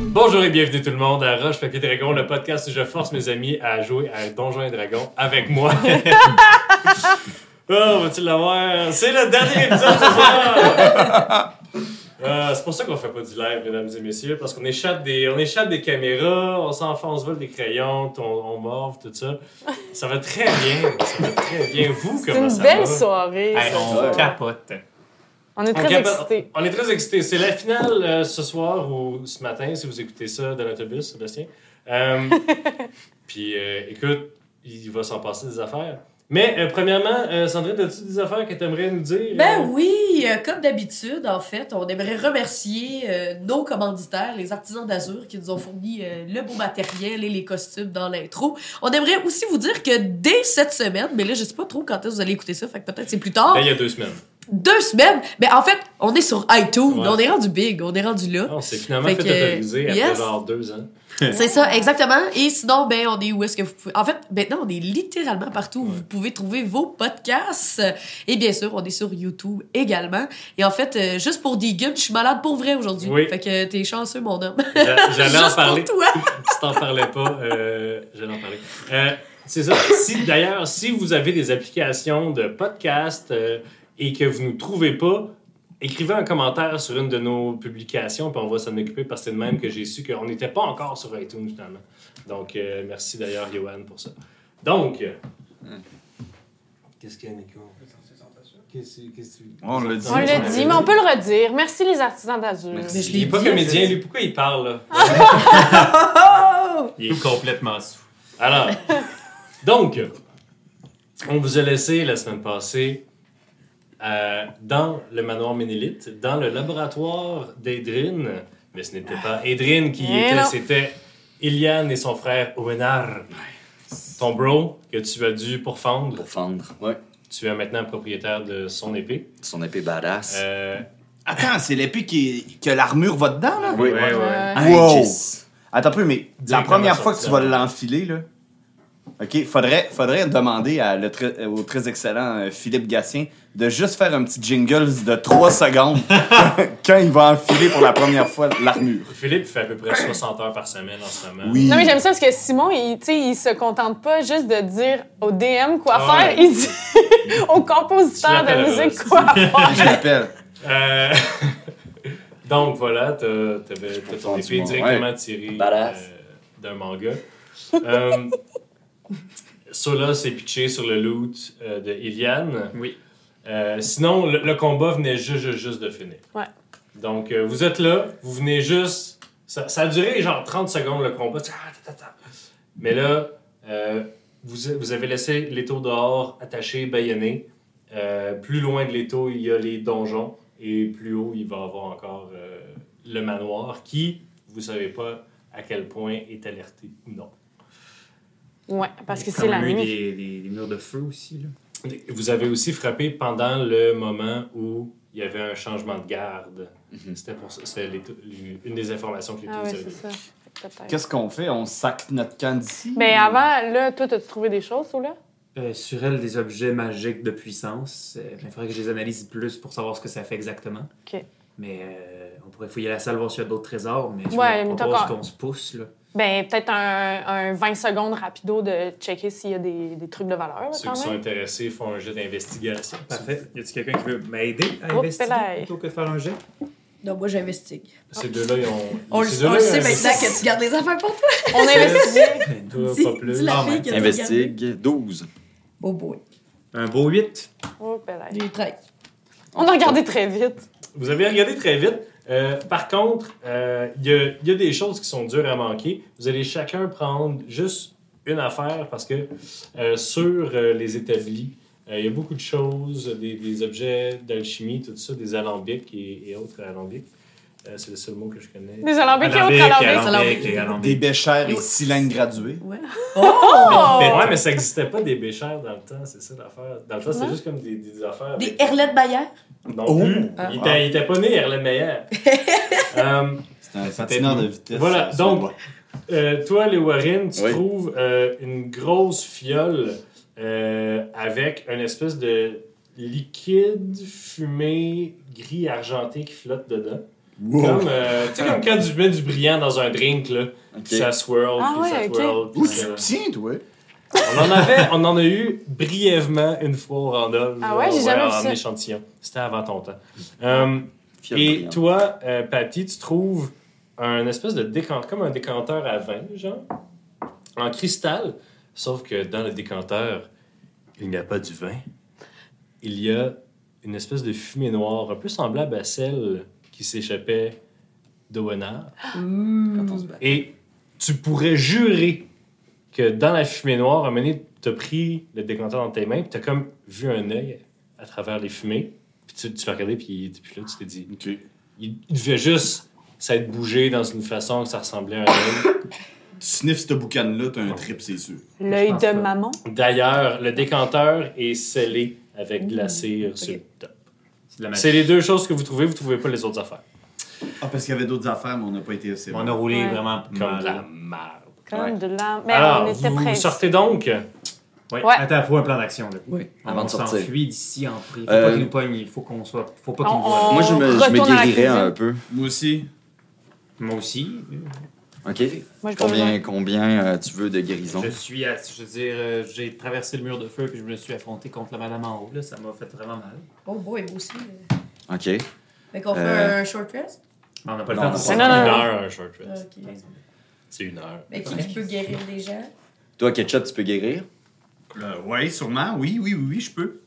Bonjour et bienvenue tout le monde à Roche Papier Dragon, le podcast où je force mes amis à jouer à Donjons et Dragons avec moi. oh, vas-tu l'avoir? C'est le dernier épisode ce soir! Euh, c'est pour ça qu'on fait pas du live, mesdames et messieurs, parce qu'on échappe des, on échappe des caméras, on s'enfonce, on se vole des crayons, on, on morve, tout ça. Ça va très bien, ça va très bien. Vous, C'est comment une ça va? belle soirée. Hey, ça. on capote. On est On très capa- excités. On est très excités. C'est la finale euh, ce soir ou ce matin, si vous écoutez ça de l'autobus, Sébastien. Euh, Puis, euh, écoute, il va s'en passer des affaires. Mais, euh, premièrement, euh, Sandrine, as-tu des affaires que tu aimerais nous dire? Ben oui, euh, comme d'habitude, en fait, on aimerait remercier euh, nos commanditaires, les artisans d'Azur, qui nous ont fourni euh, le beau matériel et les costumes dans l'intro. On aimerait aussi vous dire que dès cette semaine, mais là, je sais pas trop quand est-ce que vous allez écouter ça, fait que peut-être c'est plus tard, Ben, il y a deux semaines. deux semaines, mais en fait, on est sur iTunes, Ouais. on est rendu big, on est rendu là. On s'est finalement fait, Oh. Fait que, autoriser après yes. genre deux ans. C'est Ah. ça, exactement. Et sinon, ben, on est où est-ce que vous pouvez. En fait, maintenant, on est littéralement partout où Ouais. vous pouvez trouver vos podcasts. Et bien sûr, on est sur YouTube également. Et en fait, euh, juste pour Deegan, je suis malade pour vrai aujourd'hui. Oui. Fait que t'es chanceux, mon homme. J'a- J'allais en juste parler. pour toi. si t'en parlais pas, euh, j'allais en parler. Euh, c'est ça. Si, D'ailleurs, si vous avez des applications de podcast euh, et que vous ne nous trouvez pas, écrivez un commentaire sur une de nos publications, puis on va s'en occuper parce que c'est de même que j'ai su qu'on n'était pas encore sur iTunes finalement. Donc, euh, merci d'ailleurs, Johan, pour ça. Donc, euh, qu'est-ce qu'il y a, Nico? Qu'est-ce qu'est-ce que tu- On l'a dit. On l'a dit, mais on peut le redire. Merci les artisans d'Azur. Merci. Mais je Il l'ai est pas dit. comédien, lui. Pourquoi il parle, là? Il est complètement sous. Alors, donc, on vous a laissé la semaine passée euh, dans le manoir Ménélite, dans le laboratoire d'Edrine, mais ce n'était pas Edrine qui y Eh était, non. c'était Iliane et son frère Owenar. Ton bro que tu as dû pourfendre, Pour fendre. Ouais. tu es maintenant propriétaire de son épée. Son épée badass. Euh, Attends, c'est l'épée qui, que l'armure va dedans, là? oui. ouais, Euh, Hey, Wow. Jesus. Attends un peu, mais la Directement première sur fois le que tu vas serveur. l'enfiler, là. OK, faudrait, faudrait demander à le très- au très excellent euh, Philippe Gatien de juste faire un petit jingle de 3 secondes quand il va enfiler pour la première fois l'armure. Philippe fait à peu près 60 heures par semaine en ce moment. Oui. Non, mais j'aime ça parce que Simon, il, tu sais, il se contente pas juste de dire au DM quoi Ah ouais. faire, il dit au Tu compositeur de l'appelleras, musique si. quoi faire. Je l'appelle. Euh, Donc voilà, t'as- t'avais t'as ton fond du épée monde, directement tirée Badass. euh, d'un manga. euh, Sola s'est pitché sur le loot euh, de Iliane. Oui. Euh, sinon, le, le combat venait juste, juste, juste de finir. Ouais. Donc euh, vous êtes là, vous venez juste. Ça, ça a duré genre 30 secondes le combat. Tu- ah, ta, ta, ta. Mais là, euh, vous, vous avez laissé l'étau dehors attaché, bâillonné. Euh, plus loin de l'étau, il y a les donjons. Et plus haut, il va y avoir encore euh, le manoir qui, vous savez pas à quel point, est alerté ou non. Ouais, parce que c'est la Il y a nuit. des, des, des murs de feu aussi. Là. Vous avez aussi frappé pendant le moment où il y avait un changement de garde. Mhm. C'était pour ça. C'était l'étau- une des informations que l'étau Ah ouais, vous c'est avait. ça. Fait que peut-être. Qu'est-ce qu'on fait? On sac notre camp d'ici? Mais Ben, avant, là, toi, t'as-tu trouvé des choses, ou là? Euh, sur elle, des objets magiques de puissance. Euh, ben, il faudrait que je les analyse plus pour savoir ce que ça fait exactement. Ok. Mais euh, on pourrait fouiller la salle, voir s'il y a d'autres trésors. Mais je Ouais, me mais propose t'as- qu'on se pousse. Là. Ben, peut-être un, un 20 secondes rapido de checker s'il y a des, des trucs de valeur, là, Ceux qui quand sont même. intéressés font un jet d'investigation. Parfait. Y a-t-il quelqu'un qui veut m'aider à Oh, investiguer pélaille. plutôt que de faire un jet? Non, moi, j'investigue. Ces deux-là, ils ont. On le ces on deux-là, le sait ils ont- maintenant que tu gardes les affaires pour toi. On investit. Ben, Toi, Dis- pas plus. dis la Ah, fille ouais. qui a Investigue. 12. Oh boy. Un beau 8. Oh, pélaille. J'ai 13. On a regardé très vite. Vous avez regardé très vite. Euh, par contre, euh, il y, a- il y a des choses qui sont dures à manquer. Vous allez chacun prendre juste une affaire parce que euh, sur euh, les établis, euh, il y a beaucoup de choses, des, des objets d'alchimie, tout ça, des alambics et, et autres alambics. Euh, c'est le seul mot que je connais. Des alambics et autres alambics. alambics. alambic. et Des alambic. béchères et cylindres gradués. Ouais. Oh! Mais ouais, mais ça n'existait pas des béchères dans le temps, c'est ça l'affaire. Dans le temps, c'était Non. juste comme des, des affaires. Des avec- Erlette Bayer. Non Oh! plus. Ah. Il était- il était pas né, Erlen Meyer. Euh, C'est un patineur de vitesse. Voilà, euh, sur donc- le bois. Euh, toi, les Warren, tu Oui. trouves euh, une grosse fiole euh, avec une espèce de liquide fumé gris argenté qui flotte dedans. Comme, euh, tu sais, comme quand tu mets du brillant dans un drink, là, Ok. ça swirl, Ah puis ouais, ça ok. swirl. puis Où ça- tu tiens, toi? On en avait, on en a eu brièvement une fois au random. Ah ouais, j'ai jamais en vu ça. échantillon. C'était avant ton temps. Euh, Fier et brillant. toi, euh, Patty, tu trouves un espèce de décanteur, comme un décanteur à vin, genre, en cristal, sauf que dans le décanteur, il n'y a pas du vin. Il y a une espèce de fumée noire, un peu semblable à celle qui s'échappait d'Owenard. Quand on se bat. Et tu pourrais jurer que dans la fumée noire, à un moment donné, t'as pris le décanteur dans tes mains, puis t'as comme vu un œil à travers les fumées, puis tu, tu l'as regardé, puis il était plus là, tu t'es dit... Ok. Il, il devait juste s'être bougé dans une façon que ça ressemblait à un œil. Tu sniffes ce boucan-là, t'as un trip, c'est sûr. L'œil pense de pas. maman. D'ailleurs, le décanteur est scellé avec de la cire Mmh. sur le top. C'est de la C'est magie. les deux choses que vous trouvez, vous trouvez pas les autres affaires. Ah, parce qu'il y avait d'autres affaires, mais on n'a pas été assez On a roulé Ouais. vraiment Comme mal. de la merde. Comme Ouais. de la... Mais Alors, on était vous prêts. sortez donc... Ouais. Ouais. Attends, faut un plan d'action. là. Oui, On- avant de On sortir. s'enfuit d'ici en prix. Faut Euh, pas qu'il nous pogne, il faut qu'on soit. Faut pas qu'il On- nous voie. Moi, je me, je me Retourne à la guérirais cuisine. un peu. Moi aussi. Moi aussi. OK? Moi, j'ai pas Combien, besoin. combien euh, tu veux de guérison? Je suis à. Je veux dire, euh, j'ai traversé le mur de feu puis je me suis affronté contre la madame en haut. Là, ça m'a fait vraiment mal. Oh boy, moi aussi. euh. OK. Fait qu'on fait Euh. un short rest? Mais on n'a pas le Non, temps de non, C'est faire une non, non. heure, un short Ah, rest. ok. C'est une heure. Mais qui, qui peut guérir des gens? Toi, Ketchup, tu peux guérir? Euh, ouais, sûrement. Oui, oui, oui, oui, je peux.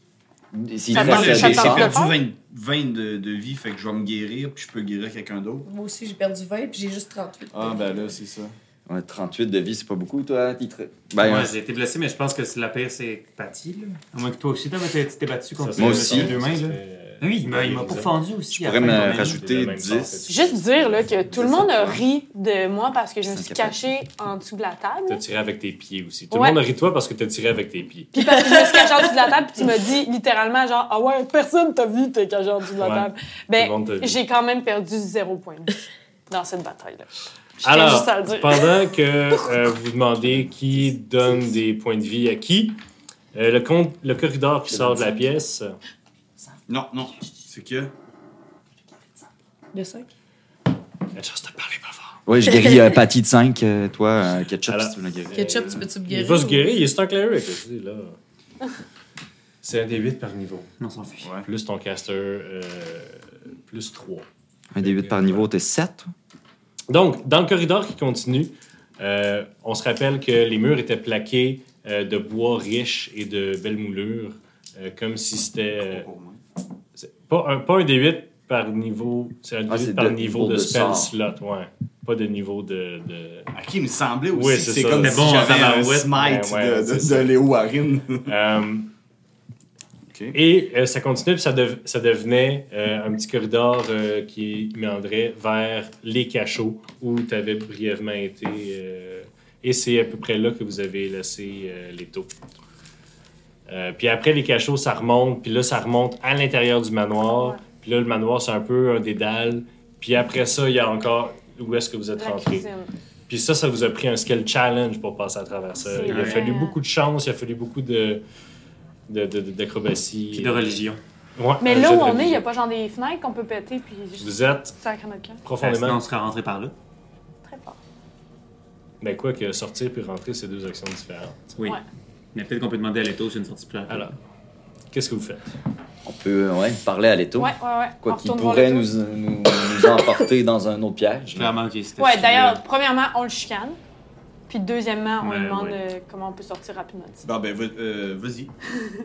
S'il Ça te J'ai tente- reste perdu- à ça tente j'ai des cent- de le faire? perdu 20, 20 de, de vie, fait que je vais me guérir, puis je peux guérir quelqu'un d'autre. Moi aussi, j'ai perdu 20 puis j'ai juste 38. Ah, ben là, c'est ça. Ouais, 38 de vie, c'est pas beaucoup, toi, titre. Ben, Moi, j'ai été blessé, mais je pense que c'est la pire, c'est Patty. Là. À moins que toi aussi, t'as- t'es t'es battu contre Ça, Moi c'est- le aussi. ça, deux mains. ça Là. fait- Oui, il m'a il m'a pourfendu aussi. je à pourrais la fin de mon me année. rajouter même sens, 10. Juste dire là, que tout le monde a ri de moi parce que je me C'est suis incapable. cachée en dessous de la table. T'as tiré avec tes pieds aussi. Tout Ouais. le monde a ri de toi parce que t'as tiré avec tes pieds. Puis parce que je me suis cachée en dessous de la table, puis tu m'as dit littéralement genre Ah ouais, personne t'a vu, t'es cachée en dessous de la Ouais. table. Tout le Ben, monde t'a vu. j'ai quand même perdu zéro point de vie dans cette bataille-là. J'étais Alors, juste à le dire. pendant que euh, vous demandez qui donne des points de vie à qui, euh, le, con- le corridor qui sort de la pièce, euh, Non, non. C'est que. ben, De 5? la chance de parler pas fort. Ouais, je guéris euh, Patty de 5, toi, euh, Ketchup, Alors- si tu veux la guérir. Ketchup, tu peux-tu me Il guérir? va se ou- guérir, il est c'est un cleric. je dis, là. C'est un des 8 par niveau. On s'enfuit. Ouais. Plus ton caster, euh, plus 3. Un des 8 par niveau, t'es 7, toi? Donc, dans le corridor qui continue, euh, on se rappelle que les murs étaient plaqués euh, de bois riche et de belles moulures, euh, comme si c'était. euh, Pour moi. c'est pas, un, pas un D8 par niveau. C'est un D8 Ah, c'est par de- niveau niveau de, de spell sort. slot, ouais. Pas de niveau de. de- À qui il me semblait aussi Oui, que c'est c'est ça. comme Mais si bon, j'avais un tabarouette, smite ben ouais, de, c'est de, ça. de Léo Harim. Euh, Et euh, ça continue, puis ça, dev- ça devenait euh, un petit corridor euh, qui mènerait vers les cachots où tu avais brièvement été. euh, et c'est à peu près là que vous avez laissé euh, les taux. Euh, puis après les cachots, ça remonte, puis là, ça remonte à l'intérieur du manoir. Puis là, le manoir, c'est un peu un dédale. Puis après ça, il y a encore où est-ce que vous êtes La rentré. cuisine. Puis ça, ça vous a pris un skill challenge pour passer à travers ça. C'est Il a vrai. fallu beaucoup de chance, il a fallu beaucoup de de- de- de- d'acrobatie. Puis de religion. Ouais, Mais un là jeu où de on est, il religion. n'y a pas genre des fenêtres qu'on peut péter, puis juste Vous êtes sacrer notre camp. Sinon, profondément. on serait rentré par là. Très fort. Ben quoi que sortir puis rentrer, c'est deux actions différentes. Oui. Ouais. Mais peut-être qu'on peut demander à Leto si une sortie plus rapide. Alors, qu'est-ce que vous faites? On peut, euh, ouais, parler à l'éto. Ouais, ouais, ouais. Quoi On qu'il retourne voir pourrait le nous, tout. nous, nous emporter dans un autre piège. là. clairement, ok, c'était Ouais, ce d'ailleurs, premièrement, on le chicane. Puis deuxièmement, on Ouais, lui demande ouais. euh, comment on peut sortir rapidement d'ici. Bon, ben, va- euh, vas-y.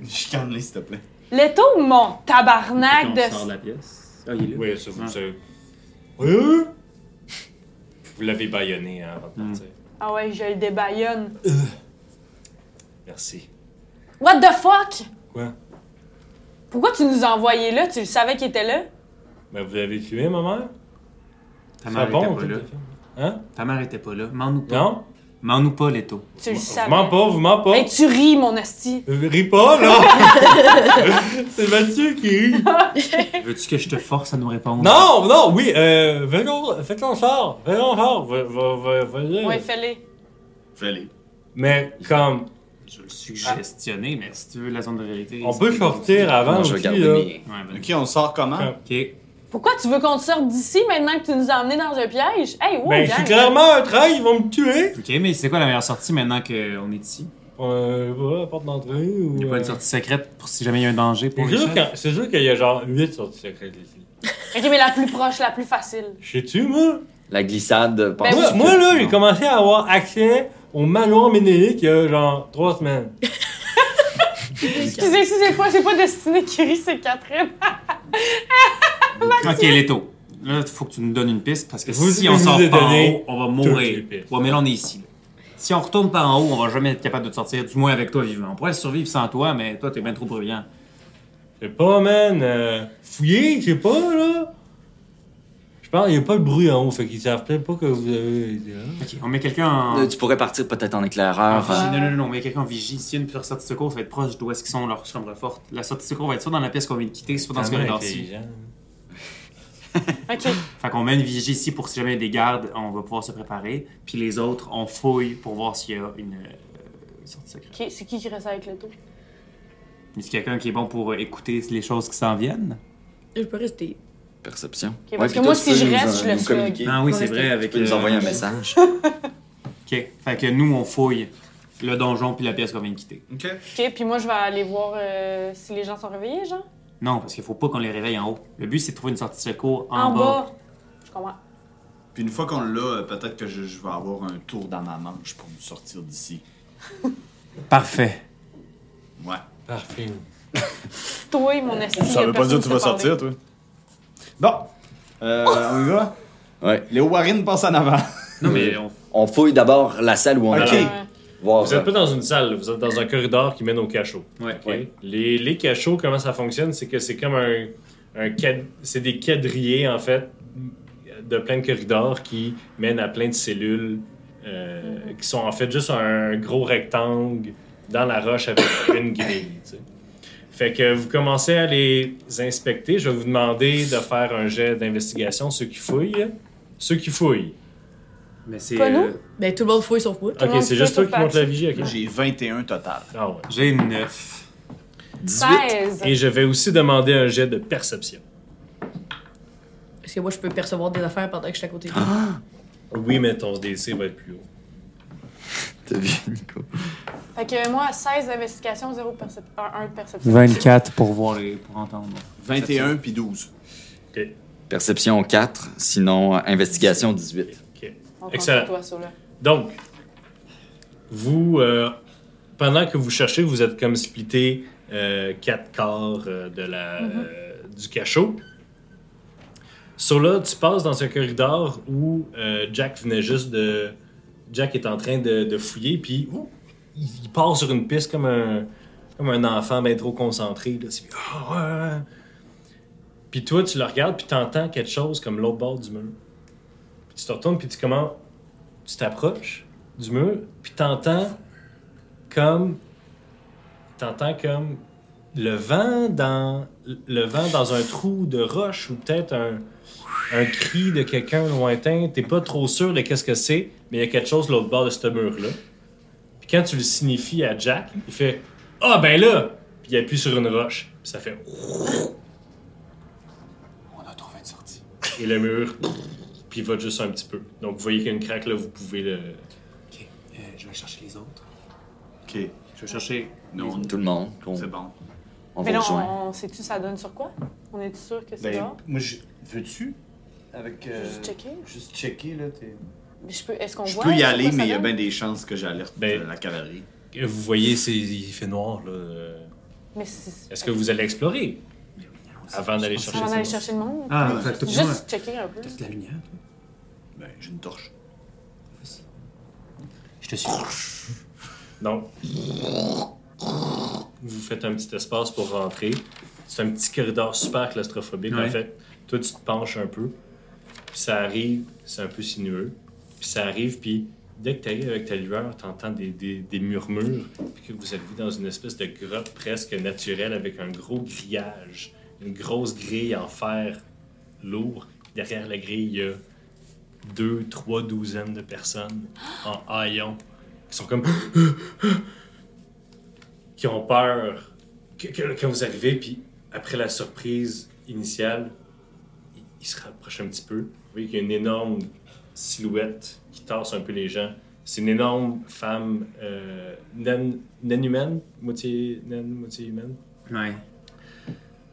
Chicane-les, s'il te plaît. Leto, mon tabarnak Fait qu'on sort de... de la pièce. Ah, il est là. Oui, ça vous. Ah. c'est- Euh? Vous l'avez baïonné hein, avant de Hein? Hmm. partir. Ah ouais, je le débaillonne. Merci. What the fuck? Quoi? Pourquoi tu nous as envoyés là? Tu le savais qu'il était là? Ben vous l'avez fumé, ma mère? Ta mère était pas t'as là. fait. Hein? Ta mère était pas là. Mens-nous pas. Non? Mens-nous pas, Leto. Tu le Vous savais. mens pas, vous mens pas. Hey, tu ris, mon esti. Euh, Ris pas, là! c'est Mathieu qui rit. Veux-tu que je te force à nous répondre? Non, non, oui, euh, venons, faites-en sort, faites-en sort, va, va, va, vas-y. Ouais, fais-le. Fais-les. Mais comme, Je le suggestionner, mais si tu veux la zone de vérité. on c'est- peut sortir avant Non, je vais aussi, garder là. mes... Ouais, ben, Ok, on sort comment Comme- ok. Pourquoi tu veux qu'on te sorte d'ici maintenant que tu nous as emmenés dans un piège? Hey, wow, Ben, je Oh, gang. suis clairement un train, ils vont me tuer! Ok, mais c'est quoi la meilleure sortie maintenant qu'on est ici? Euh, voilà, porte d'entrée ou. Il n'y a pas une euh, sortie secrète pour si jamais il y a un danger pour C'est les sûr chats? qu'en- c'est sûr qu'il y a genre 8 sorties secrètes ici. Ok, mais la plus proche, la plus facile. Je sais-tu, moi? La Ben glissade, pense Moi, moi, là, j'ai commencé à avoir accès au manoir Ménélique il y a genre 3 semaines. Excusez, excusez-moi, c'est pas Destinée qui rit, c'est Catherine. Ok, Leto. Là, il faut que tu nous donnes une piste parce que Vous- si vous on sort nous par en donnez haut, on va toutes les mourir. pistes. Ouais, mais là, on est ici. là. Si on retourne par en haut, on va jamais être capable de te sortir, du moins avec toi vivant. On pourrait survivre sans toi, mais toi, t'es bien trop brillant. Je sais pas, man. euh, fouiller, je sais pas, là. Je pense qu'il n'y a pas de bruit en haut, fait qu'ils savent peut-être pas que vous avez euh, été là. Ok, on met quelqu'un en. Euh, Tu pourrais partir peut-être en en Ah. éclaireur. euh, vigie. Non, non, non, on met quelqu'un en vigie. S'il y a une sortie de secours, ça va être proche d'où est-ce qu'ils sont, leur chambre forte. La sortie de secours va être soit dans la pièce qu'on vient de quitter, soit dans ce Tellement corridor-ci. intelligent. Ok. Fait qu'on met une vigie ici pour si jamais il y a des gardes, on va pouvoir se préparer. Puis les autres, on fouille pour voir s'il y a une euh, sortie secrète. Ok, c'est qui qui reste avec le dos? Est-ce qu'il y a quelqu'un qui est bon pour euh, écouter les choses qui s'en viennent? Je peux rester. Perception. Ok, parce que moi, si je reste, je le suis. Ah oui, Ouais, c'est c'est- vrai, avec Tu peux nous euh, envoyer un message. OK. Fait que nous, on fouille le donjon puis la pièce qu'on vient de quitter. Ok. Ok, puis moi, je vais aller voir euh, si les gens sont réveillés, genre. Non, parce qu'il faut pas qu'on les réveille en haut. Le but, c'est de trouver une sortie de secours en, En, bas. Je comprends. Puis une fois qu'on l'a, euh, peut-être que je, je vais avoir un tour dans ma manche pour nous sortir d'ici. Parfait. Ouais. Parfait. Toi, mon estime. Ça y a veut pas personne dire que qui tu vas t'a parlé. sortir, toi. Bon. Euh, on y va? Ouais. Léo Warren passe en avant. Non, mais on... On fouille d'abord la salle où on Ok. est. Ouais. Voir. Vous êtes pas dans une salle, là, vous êtes dans un corridor qui mène au cachot. Ouais. OK? Les, les cachots, comment ça fonctionne, c'est que c'est comme un, un cad- c'est des quadrillés en fait de plein de corridors qui mènent à plein de cellules euh, Mm-hmm. qui sont en fait juste un gros rectangle dans la roche avec une grille. tu sais. Fait que vous commencez à les inspecter. Je vais vous demander de faire un jet d'investigation, ceux qui fouillent. Ceux qui fouillent. Mais c'est... Pas nous? euh, Ben, tout le monde fouille sauf moi. Tout le Ok, monde c'est fait juste toi sur qui montes Pat. la vigie. ok? J'ai 21 total. Ah ouais. J'ai une 9. 16. Et je vais aussi demander un jet de perception. Parce que moi, je peux percevoir des affaires pendant que je suis à côté. de lui. Oui, mais ton DC va être plus haut. T'as vu, Nico? Fait que moi, 16 d'investigation, 0 percep... 1 de perception. 24 pour voir les... pour entendre. 21 puis 12. Perception 4, sinon euh, investigation 18. OK. On compte Excellent. sur Toi, ça, là. Donc, vous, euh, pendant que vous cherchez, vous êtes comme splitté euh, quatre quarts euh, de la, euh, du cachot. Sur là, tu passes dans ce corridor où euh, Jack venait juste de. Jack est en train de, de fouiller, puis ouh, il, il part sur une piste comme un, comme un enfant bien trop concentré. là. C'est- Ah, ouais, ouais. Puis toi, tu le regardes, puis tu entends quelque chose comme l'autre bord du mur. Puis tu te retournes, puis tu commences tu t'approches du mur, puis t'entends comme t'entends comme le vent dans le vent dans un trou de roche ou peut-être un, un cri de quelqu'un lointain. T'es pas trop sûr de qu'est-ce que c'est, mais il y a quelque chose de l'autre bord de ce mur là. Puis quand tu le signifies à Jack, il fait ah ben là, puis il appuie sur une roche, puis ça fait On a trouvé une sortie. et le mur pivote juste un petit peu. Donc vous voyez qu'il y a une craque là, vous pouvez le OK. Euh, je vais chercher les autres. Ok. Je vais chercher... Non, Tout le monde, on, c'est bon. on Mais va là, rejoindre. on, on sait-tu ça donne sur quoi? On est-tu sûr que c'est dehors? Ben, moi, je... veux-tu? Avec. euh, Juste checker. Juste checker, là. t'es- Mais je peux... Est-ce qu'on Je voit? peux y c'est aller, quoi ça mais il y a donne? bien des chances que j'alerte Ben- euh, la cavalerie. Euh, Vous voyez, c'est, il fait noir. Là. Euh, ben- Mais c'est- Est-ce que vous allez explorer avant d'aller Je pense chercher Avant ça? d'aller chercher le monde? Ah, fait que t'as besoin- Juste checker un peu. T'as de la lumière, toi? Ben, j'ai une torche. Je te suis. Donc, vous faites un petit espace pour rentrer. C'est un petit corridor super claustrophobique, en Ouais. fait. Toi, tu te penches un peu. Puis ça arrive, c'est un peu sinueux. Puis ça arrive, puis dès que tu arrives avec ta lueur, tu entends des, des- des murmures. Puis que vous arrivez dans une espèce de grotte presque naturelle avec un gros grillage. Une grosse grille en fer lourd. Puis Derrière la grille, il y a deux, trois douzaines de personnes en haillons qui sont comme qui ont peur que, que- quand vous arrivez, puis après la surprise initiale, ils, il se rapproche un petit peu. Vous voyez qu'il y a une énorme silhouette qui tasse un peu les gens. C'est une énorme femme euh, naine- naine humaine, moitié naine, moitié humaine, Ouais.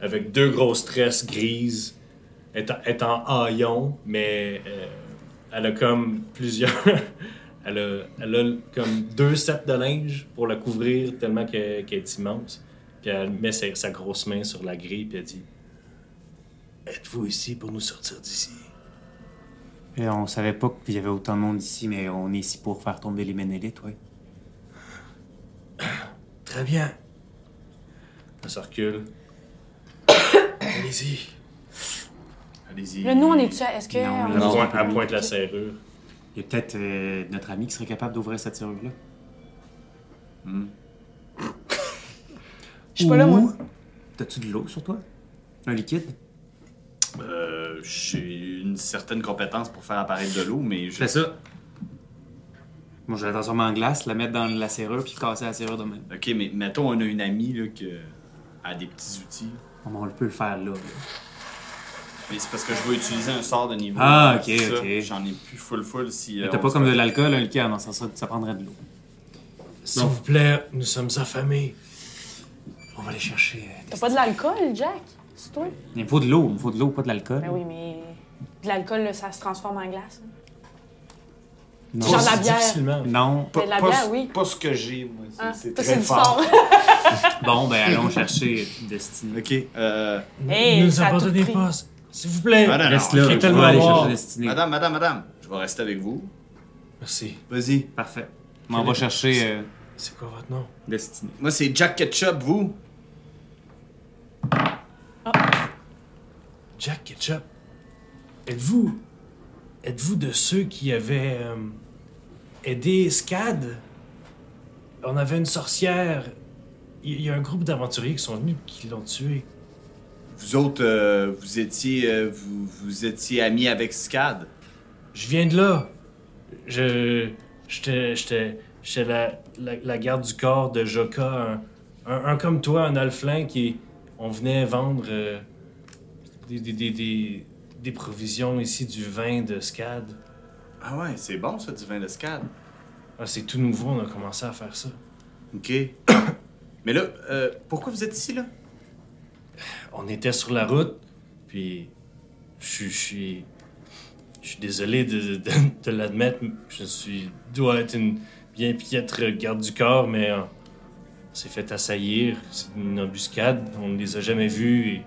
avec deux grosses tresses grises. Elle est en- elle est en haillon, mais euh, elle a comme plusieurs. elle, a, elle a comme deux sets de linge pour la couvrir tellement qu'elle qu'elle est immense. Puis elle met sa, sa grosse main sur la grille, puis elle dit Êtes-vous ici pour nous sortir d'ici Et on savait pas qu'il y avait autant de monde ici, mais on est ici pour faire tomber les Ménélites, ouais. Très bien. Elle se recule. Allez-y. Allez-y. Là, nous, on est-tu. à- Est-ce que. Non, Elle là, on- pointe, elle pointe la serrure. Il y a peut-être euh, notre ami qui serait capable d'ouvrir cette serrure-là. Je suis pas là, moi. T'as-tu de l'eau sur toi? Un liquide? Euh, J'ai une certaine compétence pour faire apparaître de l'eau, mais je. Fais ça. Moi, je vais la transformer en glace, la mettre dans la serrure, puis casser la serrure de même. Ok, mais mettons, on a une amie là, qui a des petits outils. Bon, Ah, on peut le faire là. là. Mais c'est parce que je veux utiliser un sort de niveau. Ah, ok, Ça, ok. J'en ai plus full full si. euh, Mais t'as on pas se comme de fait- l'alcool, un liquide, non, ça, ça, ça prendrait de l'eau. S'il vous plaît, nous sommes affamés. On va aller chercher. euh, T'as pas de l'alcool, Jack? C'est toi? des- Il me faut de l'eau, il me faut de l'eau, pas de l'alcool. Ben oui, mais. De l'alcool, là, ça se transforme en glace. là. Non. Genre la Aussi bière. Difficilement. Non. Mais de la pas, bière, ce- oui. pas ce que j'ai, moi. C'est Ah, c'est toi, très du fort. sang. Bon, ben allons chercher Destiny. Ok, euh, Hey, ne nous Eh, ça a tout abandonnez pris. pas. S'il vous plaît. Ah, non, non, Reste là, il est je tellement vais aller mort. chercher Destiny. madame, madame, madame, je vais rester avec vous. Merci. Vas-y. Parfait. On va chercher euh, C'est quoi votre nom? Destiny. Moi, c'est Jack Ketchup, vous. Jack Ketchup. Êtes-vous. Êtes-vous de ceux qui avaient euh, aidé SCAD? On avait une sorcière. Il il y a un groupe d'aventuriers qui sont venus qui l'ont tué. Vous autres, euh, vous étiez, euh, vous, vous étiez amis avec Scad. Je viens de là. Je. J'étais. J'étais. J'étais la, la, la garde du corps de Joka, un, un, un comme toi, un alflin qui. On venait vendre euh, des, des, des, des, des provisions ici, du vin de SCAD. Ah ouais, c'est bon ça du vin de Scad. Ah, c'est tout nouveau, on a commencé à faire ça. Ok. Mais là, euh, pourquoi vous êtes ici là On était sur la route, puis. Je suis- je suis. Je suis désolé de, de, de l'admettre, je suis. dois être une bien piètre garde du corps, mais. euh, on s'est fait assaillir, c'est une embuscade, on ne les a jamais vus et.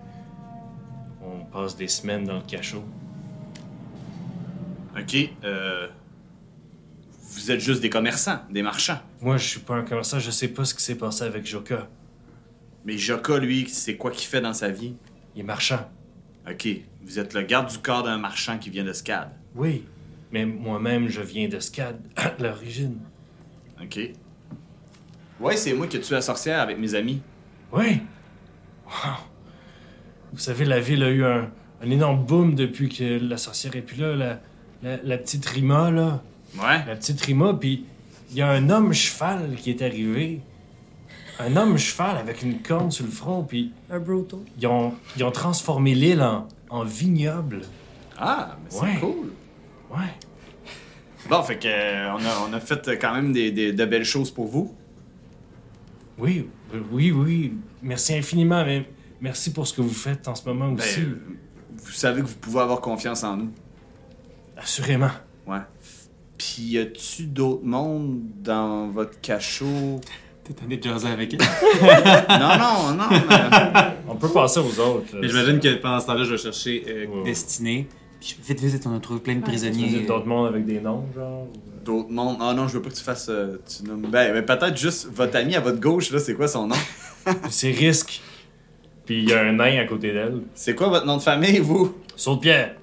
On passe des semaines dans le cachot. Ok. Euh, vous êtes juste des commerçants, des marchands. Moi, je suis pas un commerçant, je sais pas ce qui s'est passé avec Joka. Mais Joka, lui, c'est quoi qu'il fait dans sa vie Il est marchand. Ok. Vous êtes le garde du corps d'un marchand qui vient de Scad. Oui, mais moi-même, je viens de Scad, à l'origine. Ok. Ouais, c'est moi qui ai tué la sorcière avec mes amis. Oui. Wow. Vous savez, la ville a eu un, un énorme boom depuis que la sorcière est plus là. La, la- la petite Rima, là. Ouais. La petite Rima, puis il y a un homme cheval qui est arrivé. Un homme cheval avec une corne sur le front, puis Un broto. ils ont, ils ont transformé l'île en, en vignoble. Ah, mais c'est Ouais. cool. Ouais. Bon, fait que euh, on, a, on a fait euh, quand même des, des- de belles choses pour vous. Oui, oui, oui. Merci infiniment, mais merci pour ce que vous faites en ce moment Ben, aussi. euh, vous savez que vous pouvez avoir confiance en nous. Assurément. Ouais. Puis y a-tu d'autres mondes dans votre cachot? T'es tanné de jaser avec elle. non, non, non. mais- On peut passer aux autres. là. Mais j'imagine que pendant ce temps-là, je vais chercher euh, Ouais. Destiny. Puis je- vite, vite, vite, on a trouvé plein de Vous prisonniers. dites d'autres mondes avec des noms, genre. ou- D'autres mondes. Ah non, je veux pas que tu fasses. euh, tu nommes- Ben, ben, peut-être juste votre ami à votre gauche, là, c'est quoi son nom? C'est risque. Puis il y a un nain à côté d'elle. C'est quoi votre nom de famille, vous? Saut de pierre.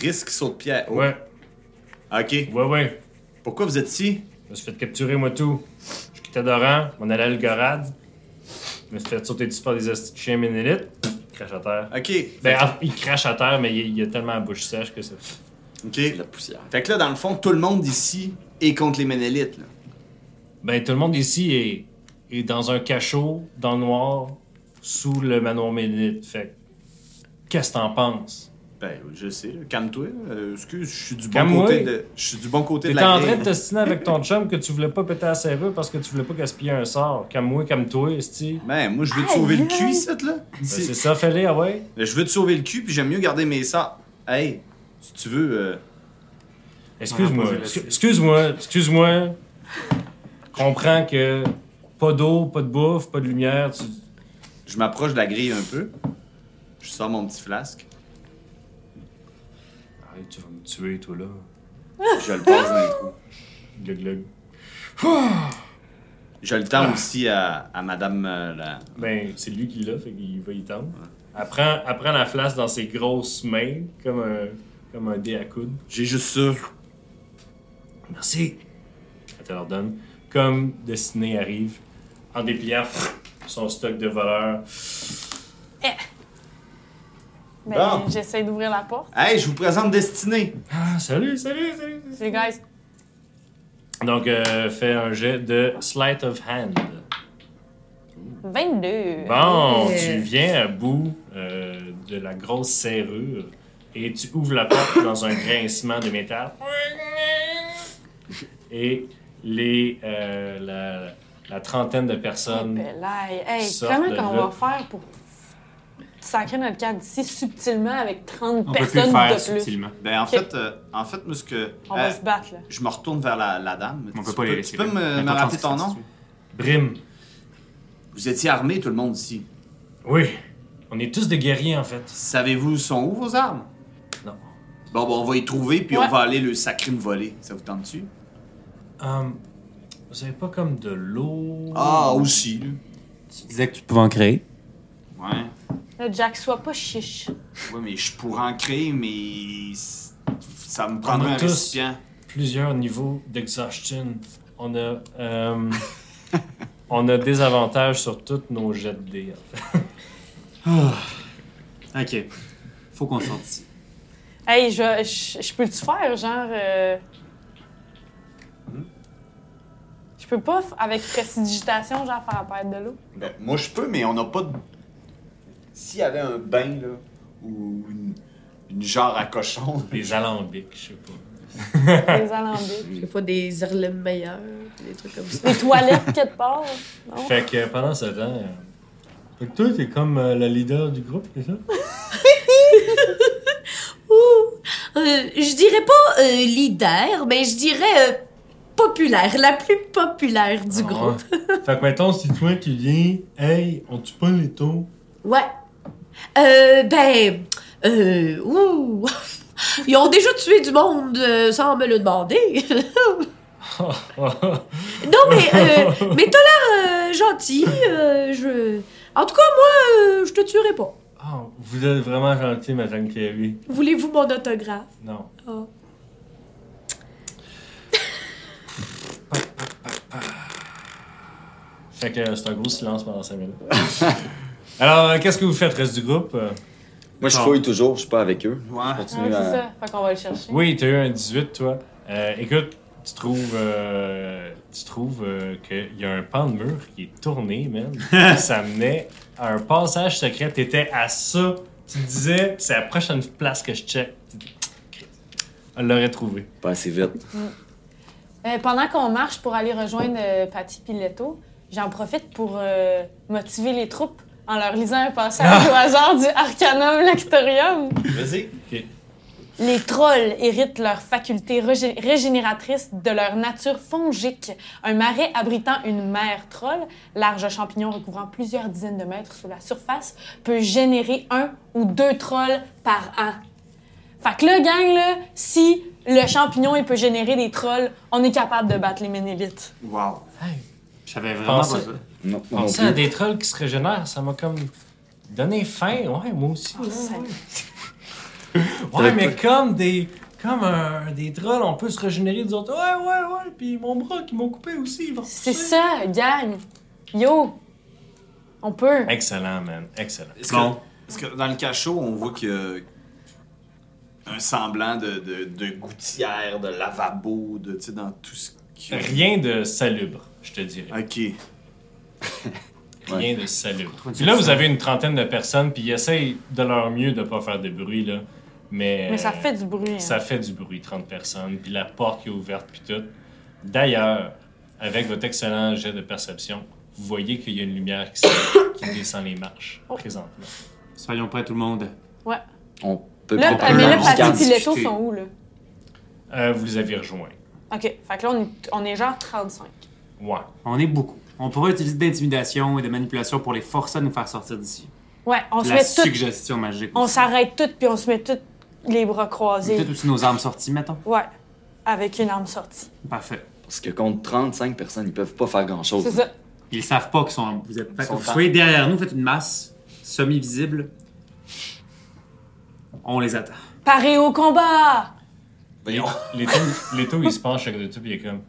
Risque saut de pierre. Oh. Ouais, Ok. ouais, ouais. Pourquoi vous êtes ici? Je me suis fait capturer, moi, tout. Je quittais Doran, on allait à Algorad. Je me suis fait sauter dessus par des hosties de chiens Ménélites. Il crache à terre. Ok. Ben, ah, il crache à terre, mais il, il a tellement la bouche sèche que ça. Ok. de la poussière. Fait que là, dans le fond, tout le monde ici est contre les Ménélites, là. Ben, tout le monde ici est, est dans un cachot, dans le noir, sous le manoir Ménélite. Fait que, qu'est-ce que t'en penses? Ben, je sais, là. calme-toi. là. Euh, excuse, je suis du bon Calme-moi. côté de, je suis du bon côté de T'étais la en train de grille. t'ostiner avec ton chum que tu voulais pas péter la serrure parce que tu voulais pas gaspiller un sort. Comme moi, comme toi, esti. Ben, moi, je veux te sauver le Aïe, cul, aïe. ici, là. Ben, Ici. Ben, c'est ça, fais-les, ah ouais. Je veux te sauver le cul, puis j'aime mieux garder mes sorts. Hey, si tu veux, euh, Excuse-moi, excu- excuse-moi, excuse-moi. Comprends que pas d'eau, pas de bouffe, pas de lumière. Tu... je m'approche de la grille un peu. Je sors mon petit flasque. Arrête, tu vas me tuer, toi, là. Je le passe dans le trou. Glug, glug. Je le tends aussi à, à madame euh, la... Ben, c'est lui qui l'a, fait qu'il va y tendre. Elle prend, elle prend la flasque dans ses grosses mains, comme un, comme un dé à coude. J'ai juste ça. Merci. Elle te leur donne. Comme Destiné arrive, en dépliant son stock de voleurs. Ben, Bon. J'essaie d'ouvrir la porte. Hey, je vous présente Destinée. Ah, salut, salut, salut. Les guys, Donc, euh, fais un jet de sleight of hand. 22. Bon, Yeah. tu viens à bout euh, de la grosse serrure et tu ouvres la porte dans un grincement de métal. Et les, euh, la, la trentaine de personnes. Ben là, hey, Sorte comment de qu'on là. va faire pour sacrer notre carte d'ici subtilement avec 30 On peut plus le personnes faire de plus? subtilement. Ben, en fait, euh, en fait, moi, ce que... On euh, va se battre, là. je me retourne vers la, la dame. On Tu peut pas les laisser. Tu peux là. me, me L'important, rappeler c'est ton de se nom? tuer. Brim. Vous étiez armés, tout le monde, ici. Oui, on est tous des guerriers en fait. Savez-vous sont où vos armes? Non. Bon, ben, on va y trouver, puis Ouais. on va aller le sacrer me voler. Ça vous tente-tu? Hum, vous avez pas comme de l'eau. Ah, aussi. là. Tu disais que tu pouvais en créer. Ouais. Là, Jack, sois pas chiche. Ouais, mais je pourrais en créer, mais c- ça me prendrait On a un tous. récipient. plusieurs niveaux d'exhaustion. On a, euh, on a des avantages sur tous nos jets de dés. en fait. Ok. Faut qu'on sorte d'ici. Hey, je, je, je peux-tu faire, genre. euh, Hmm? Je peux pas, f- avec prestidigitation, genre faire apparaître de l'eau. Ben, moi, je peux, mais on n'a pas de. S'il y avait un bain, là, ou une, une genre à cochon. Des alambics, je sais pas. Des alambics. Je sais pas, des Irlem meilleurs, des trucs comme ça. Des toilettes, quelque part. Non? Oh. Fait que pendant ce temps. euh, Fait que toi, t'es comme euh, la leader du groupe, c'est ça? Ouh. Euh, je dirais pas euh, leader, mais je dirais euh, populaire, la plus populaire du Ah, groupe. ouais. Fait que mettons, si toi tu viens, hey, on tue pas les taux. Ouais. Euh, ben, euh, ouh. Ils ont déjà tué du monde euh, sans me le demander. Ah, Non, mais, euh, mais t'as l'air euh, gentil. euh, je... En tout cas, moi, euh, je te tuerai pas. Ah, vous êtes vraiment gentil, Madame Kerry. Voulez-vous mon autographe? Non. Ah. Fait que euh, c'est un gros silence pendant 5 minutes. Alors, euh, qu'est-ce que vous faites, reste du groupe? Euh, Moi, je fouille toujours, je suis pas avec eux. Ouais. Je Ah, continue c'est à. ça. Fait qu'on va le chercher. Oui, t'as eu un 18, toi. Euh, écoute, tu trouves, euh, tu trouves euh, qu'il y a un pan de mur qui est tourné, man. ça menait à un passage secret. T'étais à ça. Tu te disais, c'est la prochaine place que je check. Tu dis, Christ, Elle l'aurait trouvé. Pas assez vite. Euh, pendant qu'on marche pour aller rejoindre euh, Patty et Leto, j'en profite pour euh, motiver les troupes en leur lisant un passage au hasard du Arcanum Lectorium. Vas-y. Les trolls héritent leur faculté régé- régénératrice de leur nature fongique. Un marais abritant une mer troll, large champignon recouvrant plusieurs dizaines de mètres sous la surface, peut générer un ou deux trolls par an. Fait que là, gang, là, si le champignon il peut générer des trolls, on est capable de battre les Ménélites. Wow. Je savais vraiment pas Pensez- ça. Non, moi non Penser à plus. des trolls qui se régénèrent, ça m'a comme donné faim. Ouais, moi aussi. ouais, Ah, ça- ouais. ouais, mais comme des. Comme un- des trolls, on peut se régénérer des autres. Ouais, ouais, ouais. Puis mon bras qui m'ont coupé aussi, ils vont C'est repousser. ça, gang. Yo, on peut. Excellent, man. Excellent. Est-ce Bon. que, est-ce que dans le cachot, on voit qu'il y a un semblant de, de, de gouttière, de lavabo, de, tu sais, dans tout ce qui. Rien de salubre, je te dirais. Ok. Rien de salubre. Puis là, vous avez une trentaine de personnes, puis ils essayent de leur mieux de pas faire de bruit, là. Mais, Mais ça euh, fait du bruit. hein. ça fait du bruit, 30 personnes, puis la porte qui est ouverte, puis tout. D'ailleurs, avec votre excellent jet de perception, vous voyez qu'il y a une lumière qui, s'en- qui descend les marches Oh. présentement. Soyons prêts, tout le monde. On peut Là, ah, euh, préparer mais un là, petit garde. Patty et Leto discuter. sont où, là? Euh, vous les avez rejoints. OK. Fait que là, on est, on est genre 35. Ouais. On est beaucoup. On pourrait utiliser d'intimidation et de manipulation pour les forcer à nous faire sortir d'ici. Ouais, on se La met tout... suggestion magique. On aussi. s'arrête toutes, puis on se met toutes les bras croisés. Peut-être aussi nos armes sorties, mettons. Ouais. Avec une arme sortie. Parfait. Parce que contre 35 personnes, ils peuvent pas faire grand-chose. C'est ça. Ils savent pas qu'ils sont. Vous êtes fait que sont vous en- soyez derrière nous, faites une masse semi-visible. On les attend. Paré au combat! Voyons. Ah, L'éto, l'éto, il se penche à côté de tout, puis il est comme.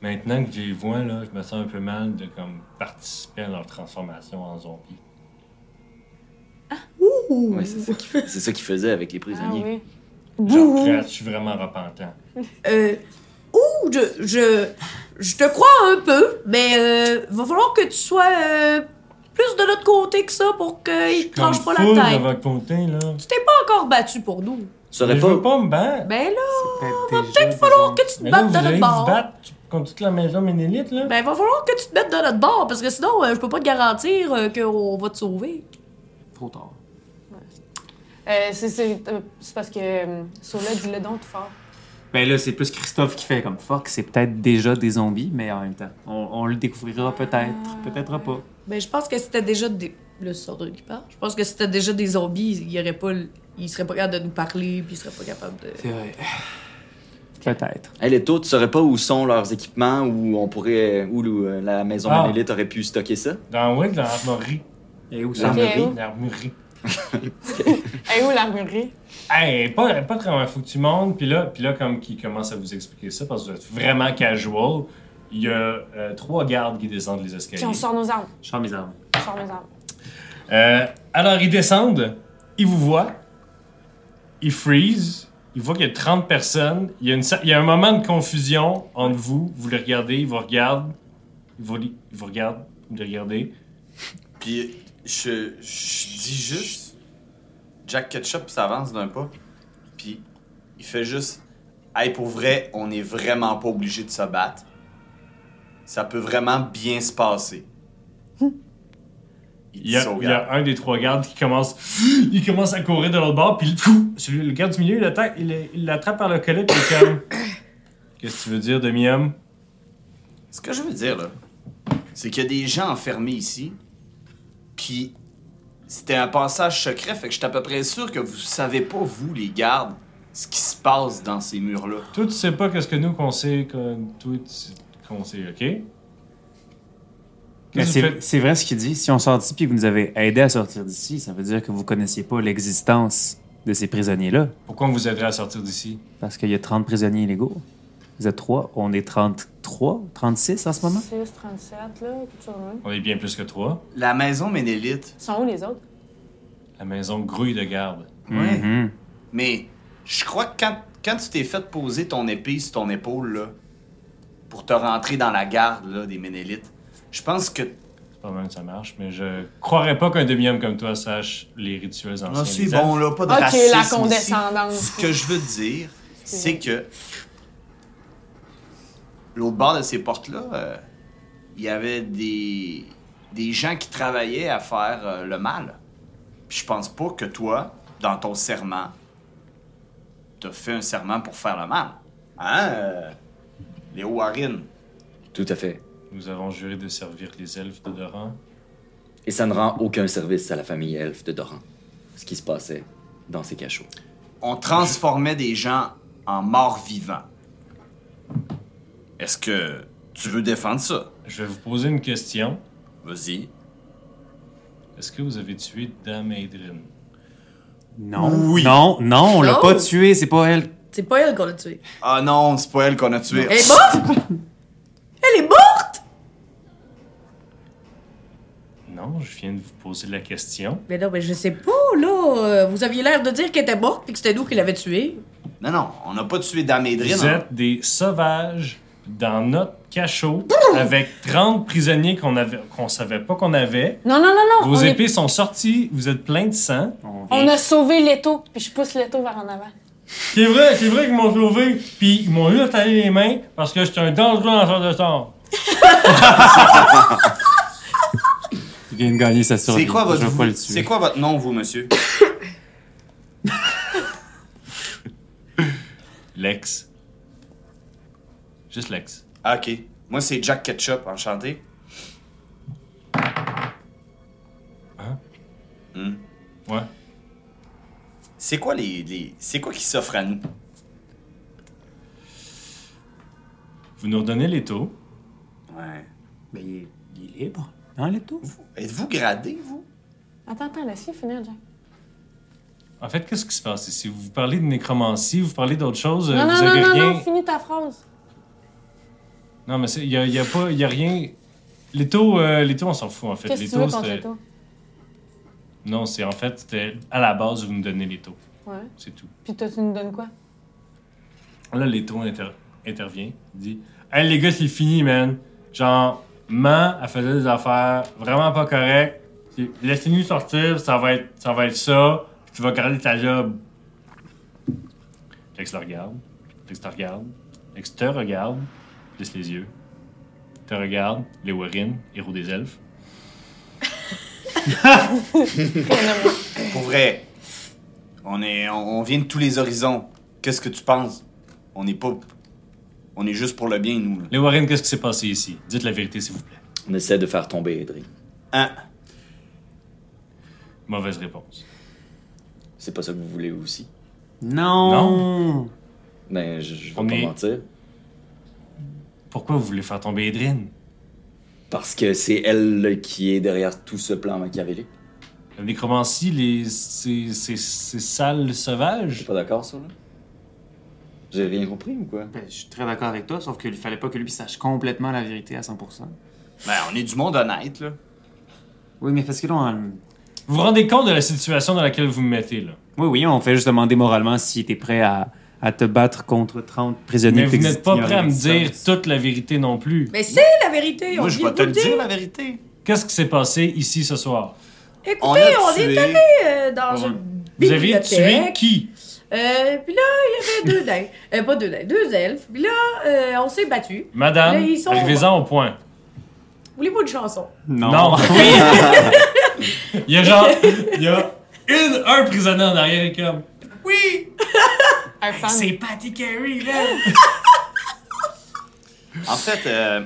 Maintenant que je les vois, là, je me sens un peu mal de comme, participer à leur transformation en zombie. Ouais, c'est ça qu'ils faisaient faisait avec les Ah prisonniers. oui. Genre, Bouh. Crête, je suis vraiment repentant. Euh, ouh, je, je, je te crois un peu, mais euh, va falloir que tu sois euh, plus de notre côté que ça pour qu'ils te tranchent pas full la tête. de votre côté, là. Pas encore battu pour nous. Ça Mais aurait je veux pas. pas me battre. Ben là, Peut-être va falloir que tu te Mais là, battes vous de allez notre vous bord. battre contre toute la maison Ménélite, là. Ben, va falloir que tu te mettes de notre bord, parce que sinon, euh, je peux pas te garantir euh, qu'on va te sauver. Trop tard. Euh, c'est, c'est, euh, c'est parce que euh, Sola, dis-le donc tout fort. Ben là, c'est plus Christophe qui fait comme fuck. C'est peut-être déjà des zombies, mais en même temps, on, on le découvrira peut-être, peut-être pas. Ben, je pense que c'était déjà des. Le sordre qui parle. hein. Je pense que c'était déjà des zombies, il y aurait pas. l- Ils seraient pas capables de nous parler, puis ils seraient pas capables de. C'est vrai. Peut-être. Hey, les taux, tu saurais pas où sont leurs équipements, où on pourrait. où le- la maison Ah. Manélite aurait pu stocker ça. Dans, ouais, dans l'armorerie. Et où ça? ça? L'armurerie. L'armurerie. Elle est où? Elle est où l'armurerie? Hey, pas, pas très faut que tu montes. Puis là, puis là, comme qui commence à vous expliquer ça, parce que vous êtes vraiment casual, il y a euh, trois gardes qui descendent les Puis escaliers. on sort nos armes. Je sors mes armes. On sort nos armes. Euh, alors, ils descendent, ils vous voient, ils freeze, ils voient qu'il y a 30 personnes. Il y a, une, sa- il y a un moment de confusion entre vous. Vous les regardez, ils vous regardent, ils vous, li- ils vous regardent, vous les regardez. Puis je, je dis juste, Jack Ketchup s'avance d'un pas, puis il fait juste, hey pour vrai, on est vraiment pas obligé de se battre. Ça peut vraiment bien se passer. Il y, a, il y a un des trois gardes qui commence, il commence à courir de l'autre bord, puis le, fou, celui, le garde du milieu, il l'attaque- il il l'attrape par le collet, puis il est comme... Qu'est-ce que tu veux dire, demi-homme? Ce que je veux dire, là, c'est qu'il y a des gens enfermés ici, puis c'était un passage secret, fait que je suis à peu près sûr que vous savez pas, vous, les gardes, ce qui se passe dans ces murs-là. Toi, tu sais pas qu'est-ce que nous, qu'on sait, que- toi, tu sais qu'on sait, OK? Mais Qu'est-ce que tu Ben, fais? c'est c'est vrai ce qu'il dit. Si on sort d'ici puis que vous nous avez aidé à sortir d'ici, ça veut dire que vous connaissiez pas l'existence de ces prisonniers-là. Pourquoi on vous aiderait à sortir d'ici? Parce qu'il y a 30 prisonniers illégaux. Vous êtes 3. On est 33, 36 en ce moment. 6, 37, là, quelque chose de même. On est bien plus que trois. La maison Ménélite, Ils sont où les autres? La maison grouille de garde. ouais. Mhm. Mais je crois que quand, quand tu t'es fait poser ton épée sur ton épaule, là, pour te rentrer dans la garde là, des Ménélites, je pense que. C'est pas même que ça marche, mais je croirais pas qu'un demi-homme comme toi sache les rituels anciens. Non, c'est des Ah, bon, là, pas de Ok, racisme la ici. condescendance. Ce que je veux dire, c'est vrai. que. L'autre bord de ces portes-là, euh, il y avait des. des gens qui travaillaient à faire euh, le mal. Puis je pense pas que toi, dans ton serment, t'as fait un serment pour faire le mal. Hein, euh, Léo Warren? Tout à fait. elfes. Nous avons juré de servir les elfes de Doran. Et ça ne rend aucun service à la famille elfe de Doran. Ce qui se passait dans ces cachots. on transformait des gens en morts vivants. Est-ce que tu veux défendre ça? Je vais vous poser une question. Vas-y. Est-ce que vous avez tué Dame Aedrin? Ah. Non. Non, non, on l'a Non. Oh. pas tué. C'est pas elle. C'est pas elle qu'on l'a tué. Ah non, c'est pas elle qu'on a tué. Elle est morte! elle est morte! Non, je viens de vous poser la question. Mais non, mais je sais pas, là. euh, Vous aviez l'air de dire qu'elle était morte puis que c'était nous qui l'avait tuée. hein? Non, non, on n'a pas tué Dame Edrine. Vous êtes des sauvages dans notre cachot avec 30 prisonniers qu'on avait qu'on savait pas qu'on avait. Non, non, non, non. Vos on, est- épées sont sorties, vous êtes plein de sang. On vient- on a sauvé l'étau, puis je pousse l'étau vers en avant. C'est vrai, c'est vrai qu'ils m'ont sauvé, puis ils m'ont eu à tailler les mains parce que j'étais un dangereux lanceur de sort. Il vient de gagner sa survie. C'est quoi, Je vais pas le votre... tuer. c'est quoi votre nom, vous, monsieur? Lex. Juste Lex. Ah, ok. Moi, c'est Jack Ketchup, enchanté. Hein? Hmm. Ouais. C'est quoi les, les- C'est quoi qui s'offre à nous? Vous nous redonnez les taux. Ouais. Mais il est, il est libre. Non, il est tout. Ben, Êtes-vous gradé, vous? Attends, attends, laisse-le finir, Jack. En fait, qu'est-ce qui se passe ici? Vous parlez de nécromancie, vous parlez d'autres choses, non, non, Euh, vous non, avez non, rien. non, finis ta phrase. Non, mais il y a, y a pas, y a rien. Les taux, euh, les taux, on s'en fout en fait. Qu'est-ce Les que tu veux taux, contre c'était. l'étau? Non, c'est en fait, c'était à la base, vous nous donnez les taux. Ouais. C'est tout. Puis toi, tu nous donnes quoi? Là, l'étau inter- intervient, dit Hey les gars, c'est fini, man. Genre, man, elle faisait des affaires vraiment pas correctes. C'est- Laissez-nous sortir, ça va être ça. Va être ça puis tu vas garder ta job. Lex le regarde. Lex te regarde. Lex te regarde. Plisse les yeux. Te regarde. Les Warren, héros des elfes. Pour vrai, on, est, on, on vient de tous les horizons. Qu'est-ce que tu penses? On n'est pas. On est juste pour le bien, nous. là. Les Warren, qu'est-ce qui s'est passé ici Dites la vérité, s'il vous plaît. On essaie de faire tomber Edry. Hein? Mauvaise réponse. C'est pas ça que vous voulez aussi. Non. Non. Mais je, je vais On pas est- mentir. Pourquoi vous voulez faire tomber Edrine Parce que c'est elle là, qui est derrière tout ce plan machiavélique. La nécromancie, les... c'est c'est- c'est sale Je suis sauvage. pas d'accord sur là. J'ai rien compris ou quoi? Ben, je suis très d'accord avec toi, sauf qu'il fallait pas que lui sache complètement la vérité à 100%. Ben, on est du monde honnête, là. Oui, mais parce que là, on... Vous vous rendez compte de la situation dans laquelle vous me mettez, là Oui, oui, on fait juste demander moralement si t'es prêt à, à te battre contre 30 prisonniers. Mais vous n'êtes pas prêt à me dire existants. toute la vérité non plus. Mais c'est la vérité. Moi, on je vient vais de te vous le dire, la vérité. Qu'est-ce qui s'est passé ici ce soir On Écoutez, a on, est tué- allé euh, dans On- une Vous avez tué bibliothèque. qui Euh, puis là, il y avait deux nains. Euh, pas deux nains, deux elfes. Puis là, euh, on s'est battus. Là, Madame, ils sont- arrivez-en au point. Voulez-vous une chanson? Non. Non, oui Il y a genre. Il y a une, un prisonnier en arrière qui est comme. Oui! Un fan. Patty Carey, là! En fait, euh,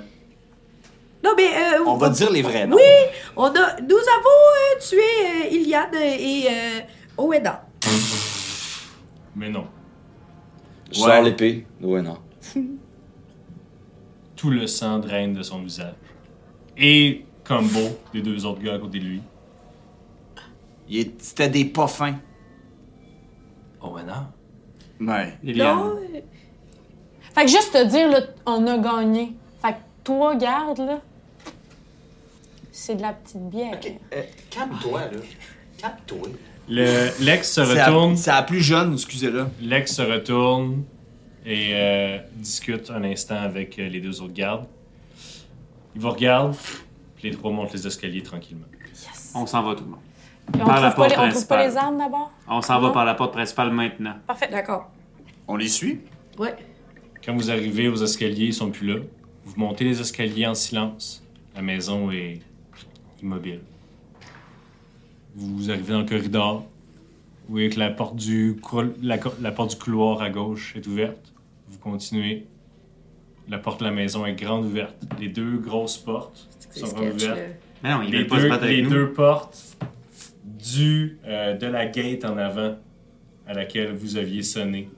Non, mais... euh, on va dire les vrais noms. Oui! On a, nous avons euh, tué euh, Iliad et euh, Oeda. Mais non. Je Ouais. sors l'épée. Ouais, non. Tout le sang draine de son visage. Et combo des deux autres gars à côté de lui. Il est- C'était des pas fins. Oh, mais non. Ouais. Non? euh, Fait que juste te dire, là, on a gagné. Fait que toi, garde, là, c'est de la petite bière. euh, Calme-toi, là. Calme-toi. Le, l'ex se C'est la- retourne. C'est la plus jeune, excusez-le. Lex se retourne et euh, discute un instant avec euh, les deux autres gardes. Ils vous regardent, puis les trois montent les escaliers tranquillement. Yes! On s'en va tout le monde. Et on par la trouve, pas les, porte on trouve pas principale. les armes d'abord? On s'en Ah. Non. va par la porte principale maintenant. Parfait. D'accord. On les suit? Ouais. Quand vous arrivez aux escaliers, ils sont plus là. Vous montez les escaliers en silence. La maison est immobile. Vous arrivez dans le corridor. Vous voyez que la porte du, cou- la co- la porte du couloir à gauche est ouverte. Vous continuez. La porte de la maison est grande ouverte. Les deux grosses portes C'est sont sketch, ouvertes. là. Mais non, il les veut pas se deux, battre avec les nous. deux portes du, euh, de la gate en avant à laquelle vous aviez sonné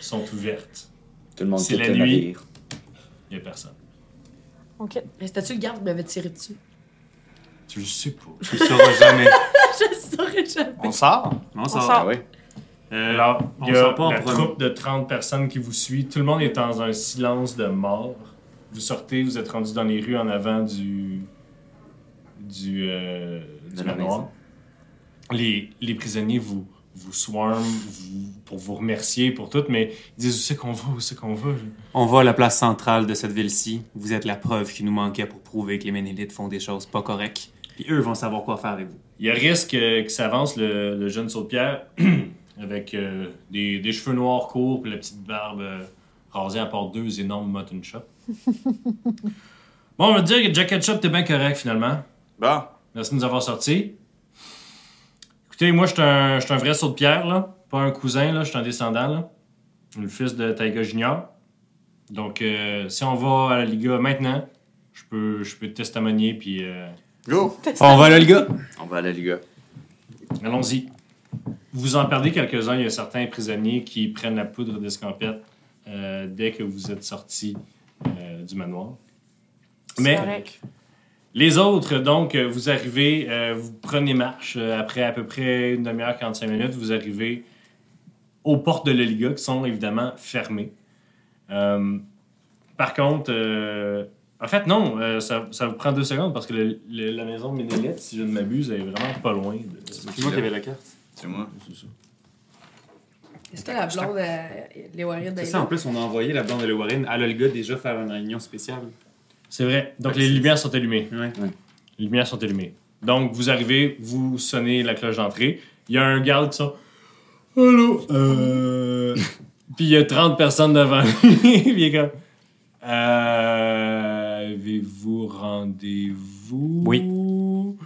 sont ouvertes. Tout le monde C'est quitte la le nuit. navire. Il n'y a personne. OK. Mais c'était-tu le garde qui m'avait tiré dessus? Tu le sais pas. Tu le sauras jamais. je le saurais jamais. On sort? On On s'en sort. va. Ah ouais? Euh, Alors, on il y a sort pas en la premier. troupe de 30 personnes qui vous suit. Tout le monde est dans un silence de mort. Vous sortez, vous êtes rendu dans les rues en avant du. du. euh, du De la manoir. Les, les prisonniers vous, vous swarm vous- pour vous remercier pour tout, mais ils disent où c'est qu'on va, où c'est qu'on va. On va à la place centrale de cette ville-ci. Vous êtes la preuve qui nous manquait pour prouver que les Ménélites font des choses pas correctes. Puis eux vont savoir quoi faire avec vous. Il y a risque euh, que s'avance le, le jeune saut-pierre avec euh, des, des cheveux noirs courts puis la petite barbe euh, rasée à part deux énormes mutton chops. bon, on va dire que Jacket Shop était bien correct finalement. Bon. Merci de nous avoir sortis. Écoutez, moi, je suis un, je suis un vrai saut de pierre, là. Pas un cousin, là. Je suis un descendant, là. Le fils de Taiga Junior. Donc, euh, si on va à la Liga maintenant, je peux, je peux te testamonier, puis euh, Go. On va là, le gars? On va aller, les gars. allons-y. Vous en perdez quelques-uns. Il y a certains prisonniers qui prennent la poudre d'escampette euh, dès que vous êtes sortis euh, du manoir. Mais... correct. Les autres, donc, euh, vous arrivez, euh, vous prenez marche. euh, après à peu près une demi-heure, 45 minutes, vous arrivez aux portes de l'Oliga qui sont évidemment fermées. Euh, par contre, euh, en fait, non, euh, ça, ça vous prend deux secondes parce que le- le- la maison de Ménélette, si je ne m'abuse, elle est vraiment pas loin. De... C'est moi qui avais la carte. C'est moi. Est-ce que la blonde, euh, les Léorine, C'est ça, en plus, on a envoyé la blonde de Lewarine à Lolga déjà faire une réunion spéciale. C'est vrai. Donc, les lumières sont allumées. Ouais. Les lumières sont allumées. Donc, vous arrivez, vous sonnez la cloche d'entrée. Il y a un garde qui sort. Allô? Euh... Puis il y a 30 personnes devant lui. Puis il est comme. Euh, Avez-vous rendez-vous? Oui.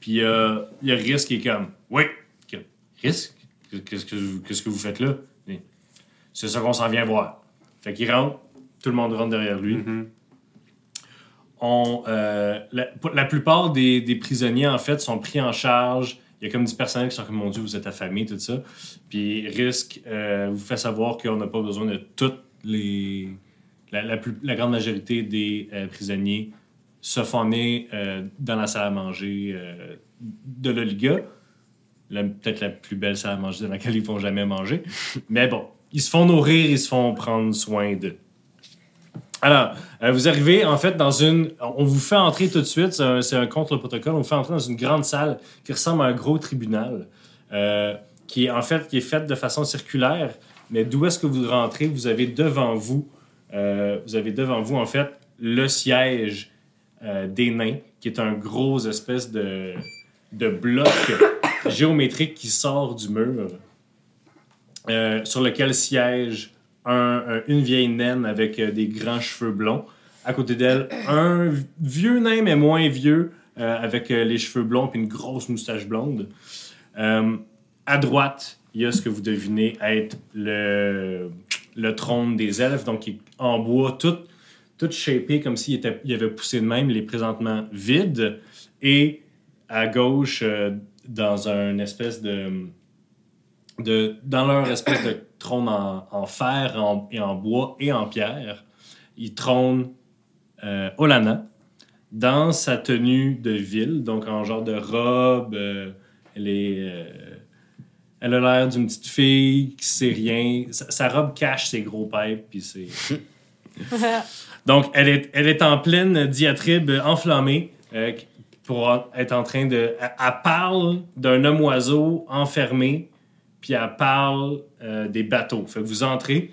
Puis euh, il y a Risk qui est comme. Oui. Comme, Risk? Qu'est-ce que, vous- qu'est-ce que vous faites là? Il- C'est ça qu'on s'en vient voir. Fait qu'il rentre. Tout le monde rentre derrière lui ont, euh, la, pour- la plupart des, des prisonniers, en fait, sont pris en charge. Il y a comme du personnel qui sont comme, mon Dieu, vous êtes affamés, tout ça. Puis Risque euh, vous fait savoir qu'on n'a pas besoin de toutes les... La, la plus- la grande majorité des euh, prisonniers se font amener euh, dans la salle à manger euh, de l'Oliga. La- Peut-être la plus belle salle à manger dans laquelle ils vont jamais manger. Mais bon, ils se font nourrir, ils se font prendre soin d'eux. Alors, euh, vous arrivez en fait dans une. On vous fait entrer tout de suite, c'est un, c'est un contre le protocole, on vous fait entrer dans une grande salle qui ressemble à un gros tribunal, euh, qui est en fait qui est faite de façon circulaire. Mais d'où est-ce que vous rentrez Vous avez devant vous, euh, vous avez devant vous en fait le siège euh, des nains, qui est un gros espèce de de bloc géométrique qui sort du mur, euh, sur lequel siège un- un- une vieille naine avec euh, des grands cheveux blonds. À côté d'elle, un v- vieux nain, mais moins vieux, euh, avec euh, les cheveux blonds puis une grosse moustache blonde. Euh, à droite, il y a ce que vous devinez être le, le trône des elfes, donc qui est en bois, tout, tout shapé comme s'il était, il avait poussé de même, les présentement vide. Et à gauche, euh, dans un espèce de de, dans leur espèce de trône en, en fer en- et en bois et en pierre, ils trônent euh, Olana dans sa tenue de ville, donc en genre de robe. euh, elle, est, euh, elle a l'air d'une petite fille qui sait rien. Sa, sa robe cache ses gros pipes, puis c'est. Donc, elle est, elle est en pleine diatribe enflammée euh, pour être en train de. Elle, elle parle d'un homme oiseau enfermé, puis elle parle euh, des bateaux. Fait que vous entrez,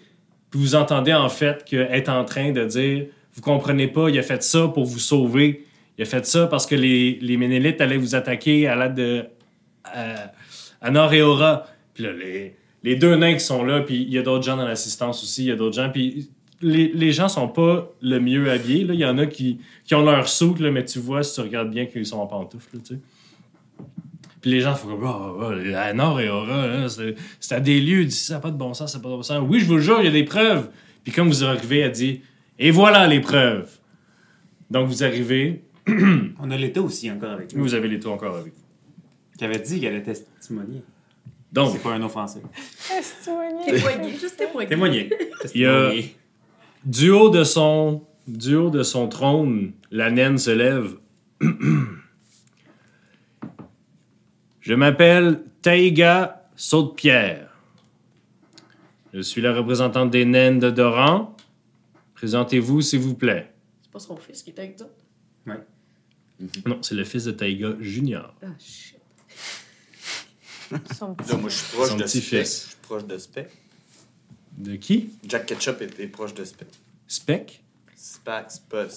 puis vous entendez en fait qu'elle est en train de dire Vous comprenez pas, il a fait ça pour vous sauver. Il a fait ça parce que les, les Ménélites allaient vous attaquer à l'aide de. à- à Nord et Aura. Puis là, les, les deux nains qui sont là, puis il y a d'autres gens dans l'assistance aussi, il y a d'autres gens, puis les, les gens sont pas le mieux habillés. là. Il y en a qui, qui ont leur souk, là, mais tu vois, si tu regardes bien, qu'ils sont en pantoufles. là, tu sais. Puis les gens font comme, Ah, ah, ah, à Nord et Aura, là, c'est c'est à des lieux, d'ici, ça n'a pas de bon sens, ça n'a pas de bon sens. Oui, je vous le jure, il y a des preuves. Puis comme vous arrivez, elle dit, et voilà les preuves. Donc vous arrivez, On a l'état aussi encore avec nous. vous avez les tours encore avec vous. Qui avait dit qu'elle était testimonier. Donc, C'est pas un offensé. Témoigner, juste témoigner. Témoigner. Il y a- Testimonier. Du haut de son, du haut de son trône, la naine se lève. Je m'appelle Taïga Saute-Pierre. Je suis la représentante des naines de Doran. Présentez-vous, s'il vous plaît. C'est pas son fils qui est avec toi. Non, c'est le fils de Taïga Junior. Ah, shit. Son petit- Là, moi, je suis proche Son de petit Spec. Je fils. suis proche de Spec. De qui Jack Ketchup est, est proche de Spec. Spec Spac, Spec.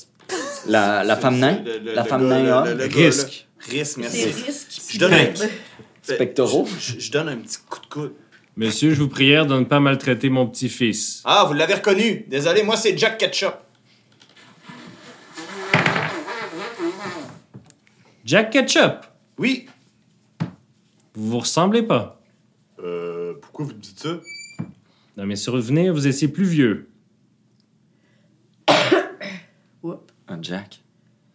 La, la femme nain? La femme nain le, a? le Risque. gars, là. hein? Risque, C'est merci. risque. Je donne, un, Spectoraux. je, je donne un petit coup de coude. Monsieur, je vous prière de ne pas maltraiter mon petit-fils. Ah, vous l'avez reconnu. Désolé, moi, c'est Jack Ketchup. Jack Ketchup, Oui. vous vous ressemblez pas. Euh, pourquoi vous me dites ça? Dans mes souvenirs, vous étiez plus vieux. Un Jack.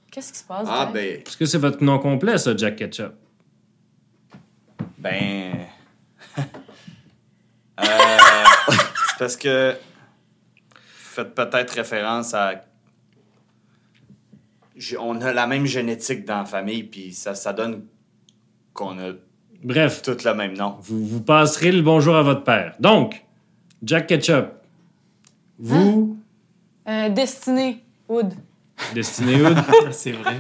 Qu'est-ce qui se passe? Ah, Jack? ben. Est-ce que c'est votre nom complet, ça, Jack Ketchup? Ben. Euh, c'est parce que. Faites peut-être référence à. J'ai- on a la même génétique dans la famille, puis ça, ça donne qu'on a Bref, tous le même nom. vous, vous passerez le bonjour à votre père. Donc, Jack Ketchup, vous, Euh, Destinée, Wood. Destiné Hood, Ah, C'est vrai.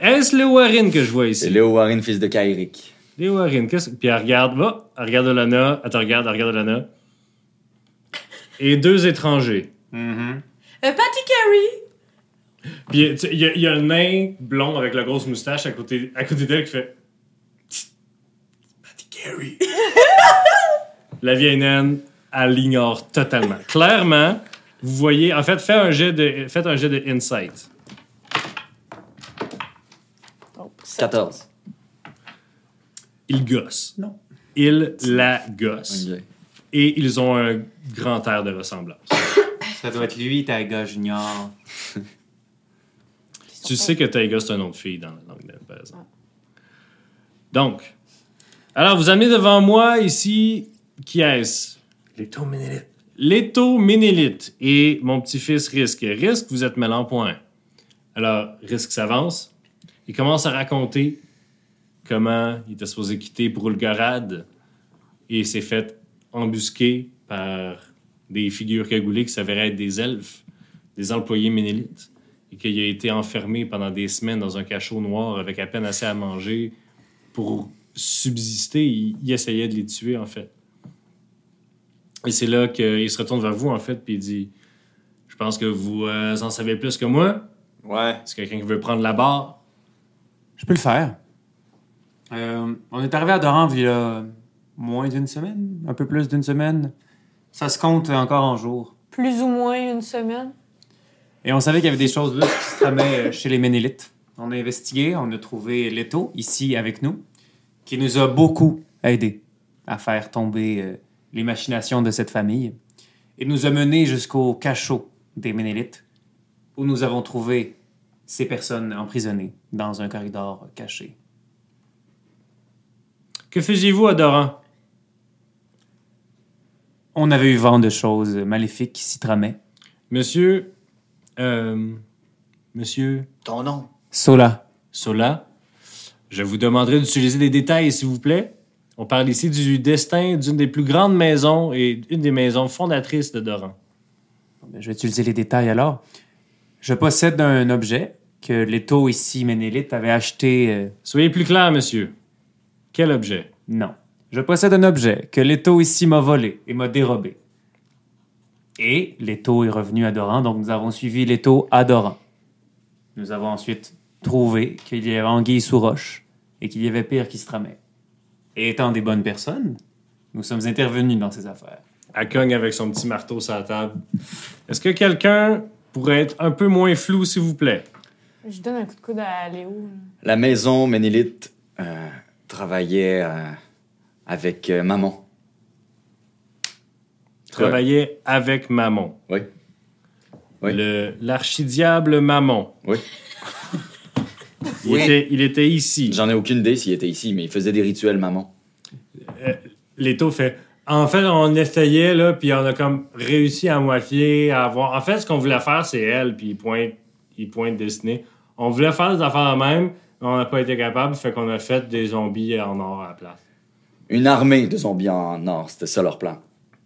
est-ce le Warren que je vois C'est ici? Léo Warren, fils de Kairic. Les Warren, qu'est-ce que. Puis elle regarde, va, elle regarde Olana, elle te regarde, elle regarde Olana. Et deux étrangers. Euh, Patty Carey. Puis tu- il y, a- il y a le nain blond avec la grosse moustache à côté, à côté d'elle qui fait. Patty Carey. la vieille naine, elle l'ignore totalement. Clairement, vous voyez. En fait, faites un jet de, faites un jet de insight. Oh, sept. 14. Il gosse. Non. Il la gosse. Ok. Et ils ont un grand air de ressemblance. Ça doit être lui, ta gars junior. Tu sais que Taiga, c'est un nom de fille dans la langue d'elle, par exemple. Donc, alors vous amenez devant moi ici, qui est-ce Leto Ménélite. Leto Ménélite et mon petit-fils Risque. Risque, vous êtes mal en point. Alors, Risque s'avance. Il commence à raconter comment il était supposé quitter pour Ulgarad et s'est fait embusquer par des figures cagoulées qui s'avéraient être des elfes, des employés Ménélites et qu'il a été enfermé pendant des semaines dans un cachot noir avec à peine assez à manger pour subsister. Il, il essayait de les tuer, en fait. Et c'est là qu'il se retourne vers vous, en fait, puis il dit Je pense que vous euh, en savez plus que moi. Ouais. Est-ce que quelqu'un qui veut prendre la barre Je peux le faire. Euh, on est arrivé à Doran il y a moins d'une semaine, un peu plus d'une semaine. Ça se compte encore en jours. Plus ou moins une semaine. Et on savait qu'il y avait des choses louches qui se tramaient euh, chez les Ménélites. On a investigué, on a trouvé Leto ici avec nous, qui nous a beaucoup aidé à faire tomber euh, les machinations de cette famille. Et nous a menés jusqu'au cachot des Ménélites, où nous avons trouvé ces personnes emprisonnées dans un corridor caché. Que faisiez-vous à Doran On avait eu vent de choses maléfiques qui s'y tramaient. Monsieur. euh, monsieur Ton nom. Sola. Sola, je vous demanderai d'utiliser des détails, s'il vous plaît. On parle ici du destin d'une des plus grandes maisons et une des maisons fondatrices de Doran. ben, Je vais utiliser les détails alors. Je possède un objet que Leto ici, Ménélite, avait acheté euh, Soyez plus clair, monsieur. Quel objet? Non. Je possède un objet que Leto ici m'a volé et m'a dérobé. Et Leto est revenu à Doran, donc nous avons suivi Leto à Doran. Nous avons ensuite trouvé qu'il y avait anguille sous roche et qu'il y avait pire qui se tramait. Et étant des bonnes personnes, nous sommes intervenus dans ces affaires. Elle cogne avec son petit marteau sur la table. Est-ce que quelqu'un pourrait être un peu moins flou, s'il vous plaît? Je donne un coup de coude à Léo. La maison Ménélite euh, travaillait euh, avec euh, maman. Travailler avec Mammon. Oui. Oui. Le- L'archidiable Mammon. Oui. Il, Oui. était, il était ici. J'en ai aucune idée s'il était ici, mais il faisait des rituels, maman. Leto fait En fait, on essayait, là, puis on a comme réussi à moitié à avoir. En fait, ce qu'on voulait faire, c'est elle, puis il pointe, il pointe destinée. On voulait faire des affaires de même, mais on n'a pas été capable, fait qu'on a fait des zombies en or à la place. Une armée de zombies en or, c'était ça leur plan.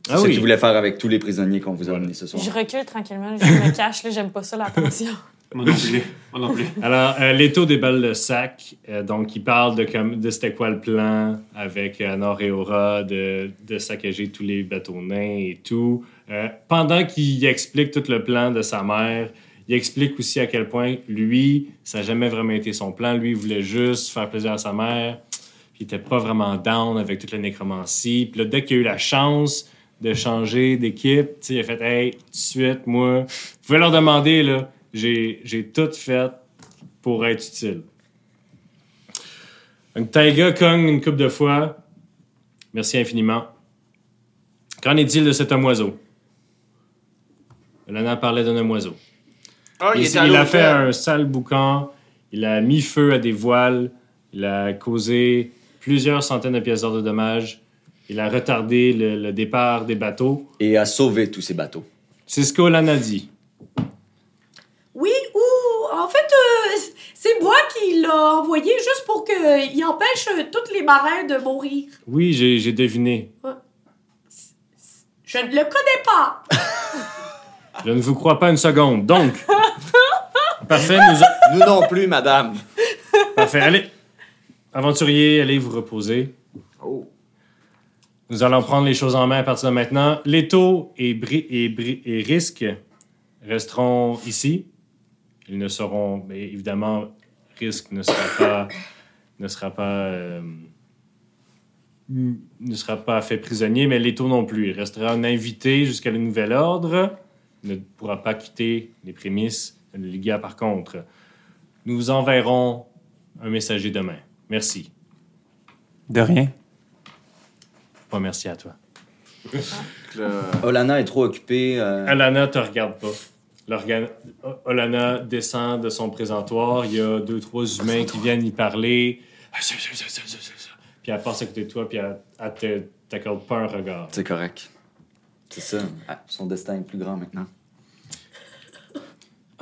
C'est Ah ce oui. qu'ils voulaient faire avec tous les prisonniers qu'on vous a amenés ce soir. Je recule tranquillement, je me cache, là, j'aime pas ça l'attention. Moi non plus. Moi non plus. Alors, euh, Leto déballe le sac. euh, donc, il parle de, comme, de c'était quoi le plan avec euh, Anor et Aura de, de saccager tous les bateaux nains et tout. Euh, pendant qu'il explique tout le plan de sa mère, il explique aussi à quel point lui, ça n'a jamais vraiment été son plan. Lui, il voulait juste faire plaisir à sa mère. Puis, il n'était pas vraiment down avec toute la nécromancie. Puis là, dès qu'il a eu la chance de changer d'équipe, tu sais, il a fait Hey, tout de suite, moi, vous pouvez leur demander, là, j'ai j'ai tout fait pour être utile. Donc, Taiga cogne une coupe de fois. Merci infiniment. Qu'en est-il de cet homme oiseau? Lana parlait d'un homme oiseau. Ah, il, il, était à il a fait l'hôtel. un sale boucan, il a mis feu à des voiles, il a causé plusieurs centaines de pièces d'or de dommages, il a retardé le, le départ des bateaux. Et a sauvé tous ces bateaux. C'est ce qu'Olana dit. Oui, ou en fait, euh, c'est moi qui l'a envoyé juste pour qu'il empêche euh, tous les marins de mourir. Oui, j'ai j'ai deviné. Je ne le connais pas. Je ne vous crois pas une seconde. Donc, parfait, nous, Nous non plus, madame. Parfait, allez. Aventurier, allez vous reposer. Nous allons prendre les choses en main à partir de maintenant. Leto et, Bri et, Bri- et Risque resteront ici. Ils ne seront, mais évidemment, Risque ne sera pas, ne sera pas, euh, ne sera pas fait prisonnier, mais Leto non plus. Il restera un invité jusqu'à le nouvel ordre. Il ne pourra pas quitter les prémices. Les gars, par contre, nous vous enverrons un messager demain. Merci. De rien. Pas merci à toi. Olana est trop occupée. euh, Alana te regarde pas. L'organ- O- Olana descend de son présentoir. Il y a deux, trois humains qui viennent y parler. Puis elle passe à côté de toi, puis elle, elle te- t'accorde pas un regard. C'est correct. C'est ça. Ah, son destin est plus grand maintenant.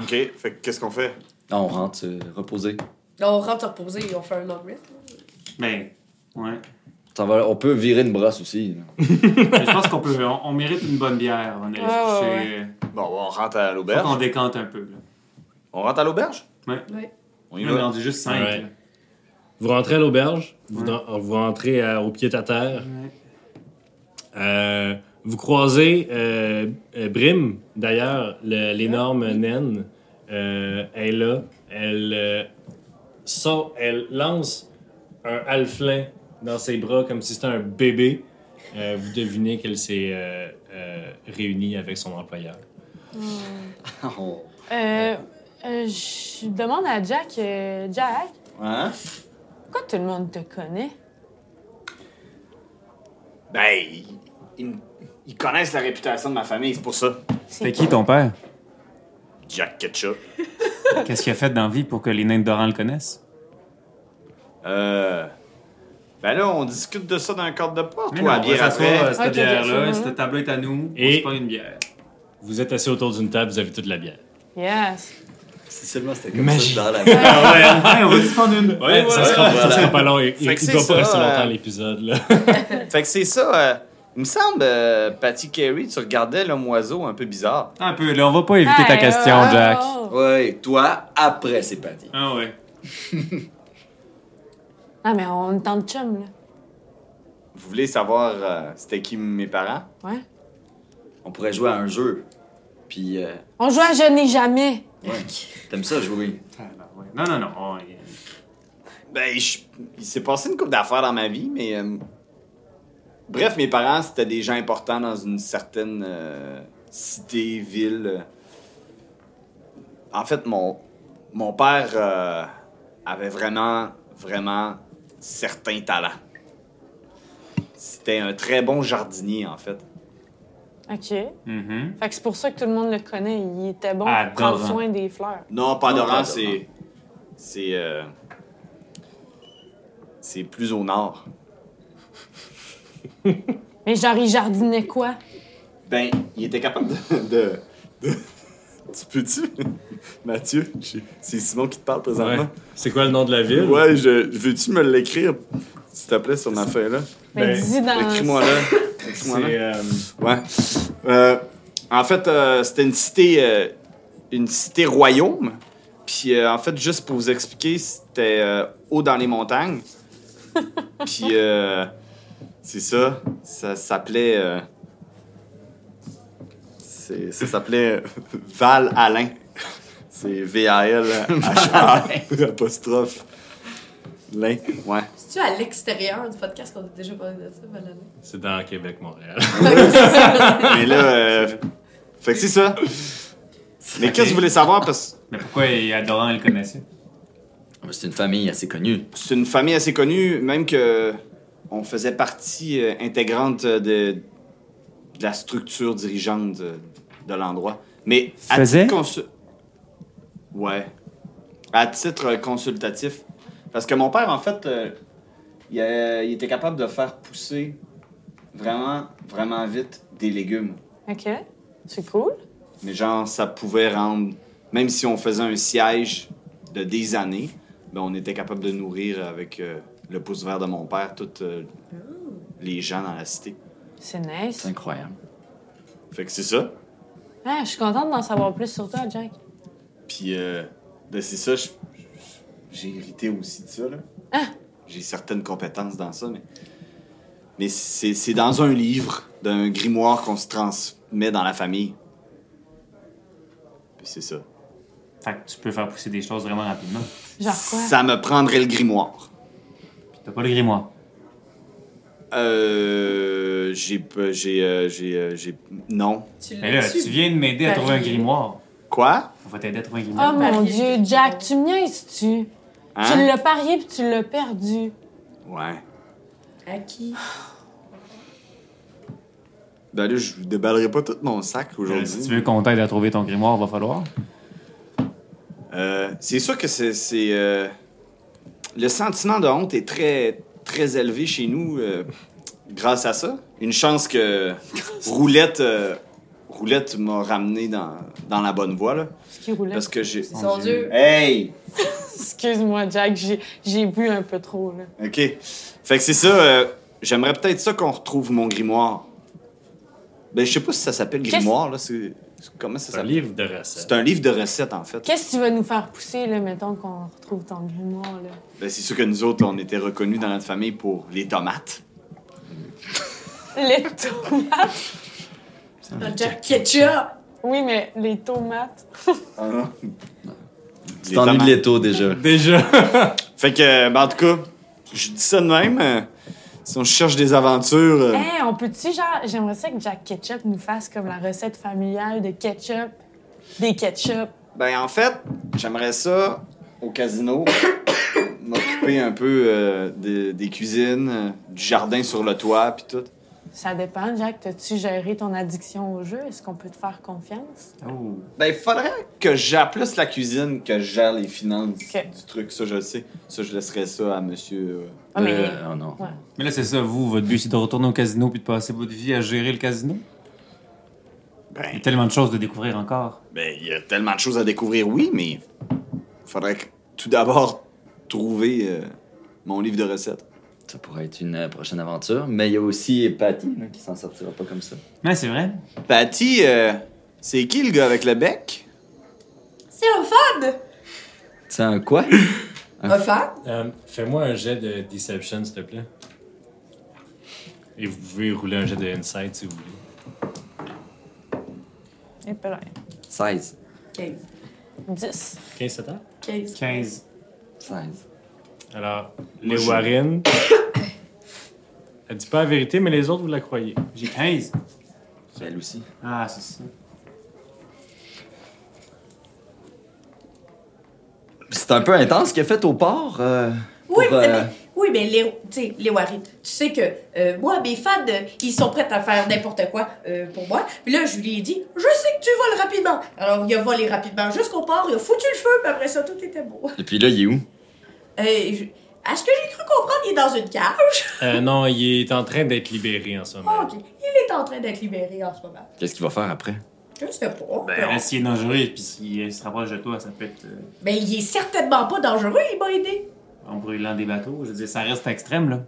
OK, fait que qu'est-ce qu'on fait? Ah, on rentre euh, reposer. On rentre reposer et on fait un long rest. Ben, ouais. Ça va- on peut virer une brosse aussi. là. Mais je pense qu'on peut. On, on mérite une bonne bière avant d'aller Ouais, se ouais, coucher. Bon, on rentre à Faut qu'on l'auberge. décante un peu. Là. On rentre à l'auberge? Ouais. On y On est va. rendu juste 5. Ouais. Vous rentrez à l'auberge, vous, Ouais. dans- vous rentrez à- au pied à terre. Euh, vous croisez euh, euh, Brim, d'ailleurs, le- l'énorme naine. Euh, elle est là. Elle, euh, sort- elle lance un halflin dans ses bras comme si c'était un bébé. Euh, vous devinez qu'elle s'est euh, euh, réunie avec son employeur. On- Euh, euh, je demande à Jack, euh, Jack, Hein? pourquoi tout le monde te connaît? Ben, ils, ils- ils connaissent la réputation de ma famille, c'est pour ça. C'était qui ton père? Jack Ketchup. Qu'est-ce qu'il a fait dans la vie pour que les nains de Doran le connaissent? Euh. Ben là, on discute de ça dans un cadre de porte Mais ou non, à on va bière après? s'asseoir à cette Ok, bière-là. ok, Cette table est à nous. Et- On se prend une bière. Vous êtes assis autour d'une table, vous avez toute la bière. Yes. Si seulement c'était comme Magie. ça dans la bière. Hey, on va se prendre une. Ouais, ça, sera, ça sera pas long. Il, il Fait que c'est doit pas ça, rester longtemps euh, l'épisode. là. Fait que c'est ça. euh, il me semble, euh, Patty Carey, tu regardais l'homme oiseau un peu bizarre. Un peu, là. Là, on va pas éviter ta Hey, question, oh, Jack. oh. Ouais, toi, après, c'est pas dit. Ah ouais. Ah, mais on est en chum, là. Vous voulez savoir euh, c'était qui mes parents? Ouais. On pourrait jouer à un jeu. Puis, euh, On joue à Je n'ai jamais. ouais. T'aimes ça jouer? Ah ouais. Non, non, oh, non. on- Ben, je- il s'est passé une couple d'affaires dans ma vie, mais. euh, Bref, mes parents, c'était des gens importants dans une certaine euh, cité, ville. euh. En fait, mon, mon père euh, avait vraiment, vraiment certains talents. C'était un très bon jardinier, en fait. OK. Mhm. Mm-hmm. Fait que c'est pour ça que tout le monde le connaît. Il était bon Ah, Adorant. pour prendre soin des fleurs. Non, pas Non, Doran, pas c'est. C'est. euh, c'est plus au nord. Mais genre, il jardinait quoi? Ben, il était capable de. de- de- Tu peux-tu? Mathieu, j'ai- c'est Simon qui te parle présentement. C'est quoi le nom de la Ouais, ville? je... veux-tu me l'écrire, s'il te plaît, sur ma feuille là? Mais Ben, dis dans. Écris-moi là. C'est, Écris-moi là. euh, Ouais. Euh, en fait, euh, c'était une cité, euh, une cité royaume Puis euh, en fait, juste pour vous expliquer, c'était euh, haut dans les montagnes. Puis euh, c'est ça, ça s'appelait. euh, c'est- ça s'appelait Val Alain. C'est V-A-L-H-A, apostrophe. Lin, ouais. C'est-tu à l'extérieur du podcast qu'on a déjà parlé de ça, Valérie? C'est dans Québec, Montréal. Mais là, euh, fait que c'est ça. Mais qu'est-ce que vous voulez savoir? Parce que Mais pourquoi Adoran, elle le connaissait? Ah, C'est une famille assez connue. c'est une famille assez connue, même que on faisait partie euh, intégrante euh, de, de la structure dirigeante de, de l'endroit. Mais à Faisait? titre consu- ouais, à titre euh, consultatif, parce que mon père en fait, euh, il, a- il était capable de faire pousser vraiment, vraiment vite des légumes. OK. C'est cool. Mais genre, ça pouvait rendre, même si on faisait un siège de des années, ben on était capable de nourrir avec euh, le pouce vert de mon père toutes euh, les gens dans la cité. C'est nice. C'est incroyable. Fait que c'est ça. Ah, je suis contente d'en savoir plus sur toi, Jack. Puis euh, ben c'est ça, je- je- j'ai hérité aussi de ça. là. Ah! J'ai certaines compétences dans ça, mais, mais c'est c'est dans un livre d'un grimoire qu'on se transmet dans la famille. Puis c'est ça. Fait que tu peux faire pousser des choses vraiment rapidement. Genre quoi? Ça me prendrait le grimoire. T'as pas le grimoire. Euh. J'ai. pas- J'ai. euh, J'ai. euh, j'ai- Non. Tu Ben Mais là, l'as-tu? tu viens de m'aider à Ben, Paris. trouver un grimoire. Quoi? On va t'aider à trouver un grimoire. Oh mon parier. Dieu, Jack, tu me niaises-tu? Tu Hein? l'as parié puis tu l'as perdu. Ouais. À qui? Ben là, je vous déballerai pas tout mon sac Euh, Ah. Si tu aujourd'hui. veux qu'on t'aide à trouver ton grimoire, va falloir. Euh, c'est sûr que c'est. c'est, euh, Le sentiment de honte est très. très élevé chez nous euh, grâce à ça. Une chance que. Roulette. euh, Roulette m'a ramené dans, dans la bonne voie, là. Ce qui roulait. Parce que j'ai. C'est son Dieu. Hey! Excuse-moi, Jack, j'ai- j'ai bu un peu trop, là. OK. Fait que c'est ça. euh, J'aimerais peut-être ça qu'on retrouve mon grimoire. Ben, je sais pas si ça s'appelle grimoire, là. C'est... c'est- Comment ça C'est un s'appelle? livre de recettes. C'est un livre de recettes, en fait. Qu'est-ce que tu vas nous faire pousser, là, mettons qu'on retrouve ton grimoire, là? Ben, c'est sûr que nous autres, on était reconnus dans notre famille pour les tomates. Les tomates. Jack Ketchup! Oui, mais les tomates. Ah non? Tu t'ennuies de l'étau déjà. Déjà. Fait que, ben, en tout cas, je dis ça de même. euh, si on cherche des aventures... euh, Hé, Eh, on peut-tu, genre, j'aimerais ça que Jack Ketchup nous fasse comme la recette familiale de ketchup, des ketchup. Ben, en fait, j'aimerais ça, au casino, m'occuper un peu euh, des, des cuisines, euh, du jardin sur le toit, puis tout. Ça dépend, Jack. T'as-tu géré ton addiction au jeu? Est-ce qu'on peut te faire confiance? Oh. Ben, il faudrait que je gère plus la cuisine que je gère les finances Ok. du truc. Ça, je le sais. Ça, je laisserais ça à monsieur. euh, Ah, mais Euh, oh non. Ouais. Mais là, c'est ça, vous, votre but, c'est de retourner au casino puis de passer votre vie à gérer le casino? Il y a Ben, tellement de choses de découvrir encore. ben, il y a tellement de choses à découvrir, oui, mais faudrait que, tout d'abord trouver euh, mon livre de recettes. Ça pourrait être une euh, prochaine aventure, mais il y a aussi Patty là, qui s'en sortira pas comme ça. Mais c'est vrai. Patty, euh, c'est qui le gars avec le bec? C'est un fan! C'est un quoi? Un fan? Euh, Fais-moi un jet de Deception, s'il te plaît. Et vous pouvez rouler un jet de Insight si vous voulez. Et pas là. 16. 15. 10. 15 7 ans. 15. 15. 16. Alors, les Warren. Elle dit pas la vérité, mais les autres, vous la croyez. J'ai 15. C'est elle aussi. Ah, c'est ça. C'est un peu intense ce qu'il a fait au port. euh, Oui, pour, euh, mais, oui, mais les, tu sais, les Warren, tu sais que euh, moi, mes fans, euh, ils sont prêts à faire n'importe quoi euh, pour moi. Puis là, je lui ai dit, je sais que tu voles rapidement. Alors, il a volé rapidement jusqu'au port, il a foutu le feu, puis après ça, tout était beau. Et puis là, il est où? Euh, je- à ce que j'ai cru comprendre, il est dans une cage. Euh, non, il est en train d'être libéré en ce Ah, moment. OK. Il est en train d'être libéré en ce moment. Qu'est-ce qu'il va faire après? Je sais pas. Ben là, s'il est dangereux et puis s'il euh, se rapproche de toi, ça peut être euh, Mais Ben, il est certainement pas dangereux, il m'a aidé. en brûlant des bateaux. Je veux dire, ça reste extrême, là.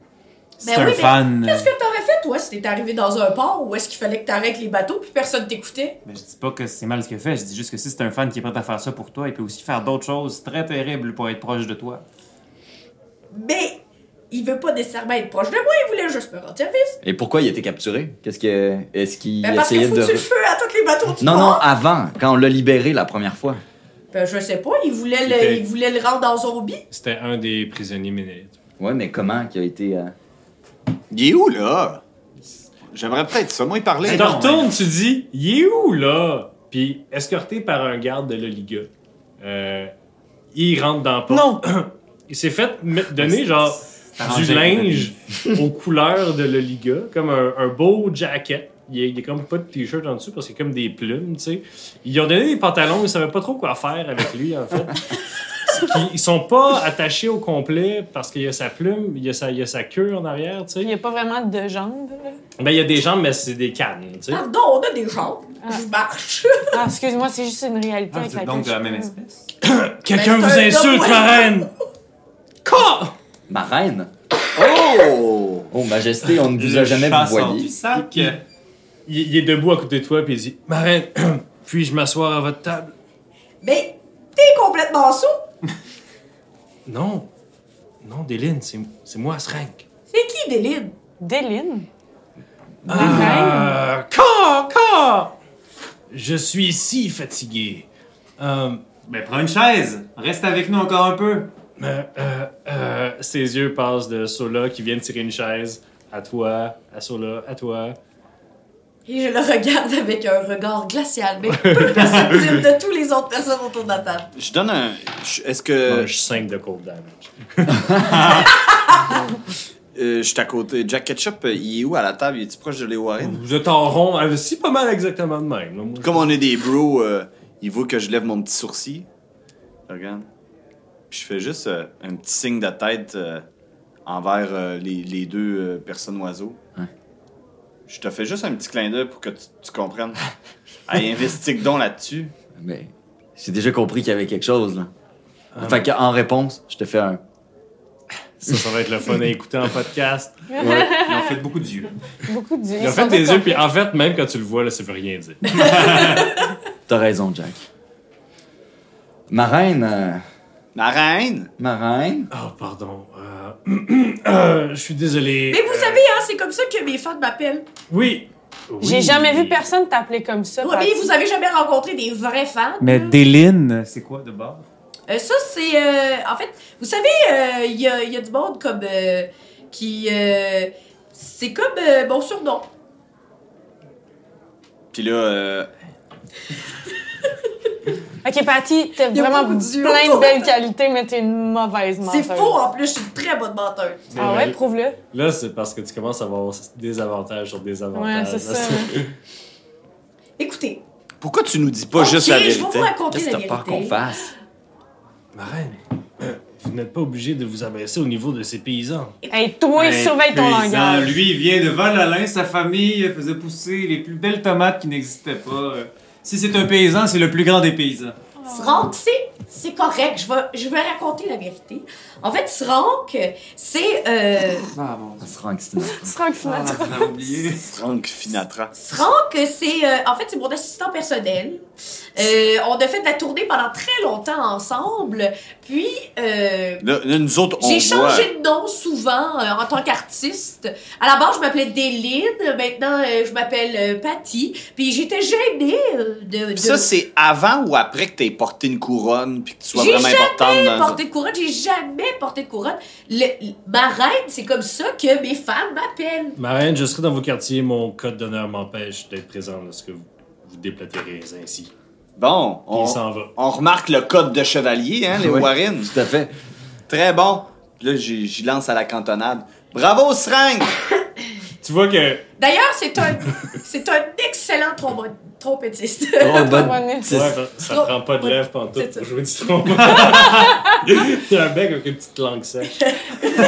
C'est Ben oui, un mais fan. euh, Qu'est-ce que t'aurais fait, toi, si t'es arrivé dans un port où est-ce qu'il fallait que t'arrêtes les bateaux puis personne t'écoutait? Mais ben, je dis pas que c'est mal ce qu'il a fait, je dis juste que si c'est un fan qui est prêt à faire ça pour toi, il peut aussi faire d'autres choses très terribles pour être proche de toi. Mais il veut pas nécessairement être proche de moi, il voulait juste me rendre service. Et pourquoi il a été capturé? Qu'est-ce que. Est-ce qu'il Ben parce qu'il essayait faut de. le feu à tous les bateaux du Non, port. non, avant, quand on l'a libéré la première fois. Ben, je sais pas, il voulait le, C'était- il voulait le rendre dans zombie. C'était un des prisonniers ménélites. Ouais, mais comment qu'il a été. euh, Il est où, là? J'aimerais peut-être ça, moi, y parler. Tu Ben te retournes, tu dis, il est où là? Puis escorté par un garde de l'Oliga, euh, il rentre dans le port. Non! il s'est fait me- donner genre du arrangé pour linge aux couleurs de l'Oliga, comme un, un beau jacket. Il n'y a, comme pas de t-shirt en dessous parce qu'il y a comme des plumes, tu sais. Ils lui ont donné des pantalons, ils savaient pas trop quoi faire avec lui, en fait. Ils- Ils sont pas attachés au complet parce qu'il y a sa plume, il y a sa, il y a sa queue en arrière, tu sais. Il n'y a pas vraiment de jambes. là. Ben, il y a des jambes, mais c'est des cannes, tu sais. Pardon, on a des jambes. Je marche. Ah, excuse-moi, c'est juste une réalité avec laquelle donc de la je- même espèce. Quelqu'un Ben, vous c'est un homme, insulte, ouais. ma reine! Quoi? Ma reine? Oh! Oh, Majesté, on ne vous a Le jamais chat vous sort voyez. du sac. euh, Il, il est debout à côté de toi, puis il dit Ma reine, puis-je m'asseoir à votre table Mais t'es complètement sous. Non. Non, Déline, c'est c'est moi, Srank. C'est qui, Déline? Déline. Ah, Caw, caw! Je suis si fatigué. Euh, Ben prends une chaise, reste avec nous encore un peu. euh, euh, euh, ses yeux passent de Sola qui vient de tirer une chaise à toi, à Sola, à toi. Et je le regarde avec un regard glacial, mais peu perceptible de tous les autres personnes autour de la table. Je donne un. je- Est-ce Euh, que. je 5 de cold damage. euh, je suis à côté. Jack Ketchup, euh, il est où à la table? Il est-tu proche de Léo Warren? Vous êtes en rond, euh, si pas mal exactement de même. là, moi. Comme on est des bros, euh, il vaut que je lève mon petit sourcil. Regarde. Puis je fais juste euh, un petit signe de tête euh, envers euh, les, les deux euh, personnes oiseaux. Ouais. Je te fais juste un petit clin d'œil pour que tu, tu comprennes. Allez, investigue donc là-dessus. Mais j'ai déjà compris qu'il y avait quelque chose, là. Fait qu'en réponse, je te fais un. Ça, ça va être le fun à écouter en podcast. Ils ont fait beaucoup d'yeux. Beaucoup de. Il a fait des yeux, puis en fait, même quand tu le vois, là, ça veut rien dire. T'as raison, Jack. Ma reine. euh, La reine! ma reine. Oh, pardon. Euh, euh, je suis désolé. Euh, Mais vous savez, hein, c'est comme ça que mes fans m'appellent. Oui. Oui. J'ai jamais vu personne t'appeler comme ça. Ouais, mais Patty. vous avez jamais rencontré des vrais fans. Mais là? Déline, c'est quoi de bord? Euh, ça, c'est. euh, en fait, vous savez, euh, il y, a, il y a du monde comme. euh, qui. euh, c'est comme euh, mon surnom. Puis là, euh, Ok, Patty, t'as Il y a vraiment beaucoup plein d'yeux autour. de belles qualités, mais t'es une mauvaise C'est menteuse. faux en plus, je suis une très bonne menteuse. Ah ouais, prouve-le. Là, c'est parce que tu commences à avoir des avantages sur des Ouais, avantages. c'est Là, ça. ouais. Écoutez, pourquoi tu nous dis pas Ok, juste la je vais vérité? vous raconter Qu'est-ce que la t'as peur qu'on vérité. fasse? Ma reine, euh, vous n'êtes pas obligé de vous abaisser au niveau de ces paysans. Hey, toi, Ben, surveille ton puissant. langage. Lui, il vient de Val-Alain, sa famille faisait pousser les plus belles tomates qui n'existaient pas. Euh, Si c'est un paysan, c'est le plus grand des paysans. Srank, c'est, c'est correct, je vais, je vais raconter la vérité. En fait, Srank, c'est. Euh, Ah bon, On se rend que c'est une- Frank Sinatra. on a Ah, oublié. Frank Finatra. Srank, c'est. euh, en fait, c'est mon assistant personnel. Euh, on a fait de la tournée pendant très longtemps ensemble. Puis. euh, Là, là, nous autres, on J'ai voit. changé de nom souvent euh, en tant qu'artiste. À la base, je m'appelais Déline. Maintenant, euh, je m'appelle euh, Patty. Puis j'étais gênée euh, de. de... Puis ça, c'est avant ou après que t'aies porté une couronne puis que tu sois J'ai vraiment importante jamais dans porté de couronne. J'ai jamais porté de couronne. Le- le- ma reine, c'est comme ça que mes fans m'appellent. Ma reine, je serai dans vos quartiers. Mon code d'honneur m'empêche d'être présent lorsque vous vous déplaterez ainsi. Bon, Il on, s'en va. on remarque le code de chevalier, hein, les Ouais, Warren. Tout à fait. Oh, Très bon. Puis Là, j'y j'y lance à la cantonade. Bravo, Seringue! Tu vois que. D'ailleurs, c'est un, c'est un excellent trombone- trompettiste. Oh, bonne- Comprenez. Ouais, c'est- ça, ça prend pas de lèvres pantoute C'est ça. pour jouer du trombone. Il y a un bec avec une petite langue sèche. Un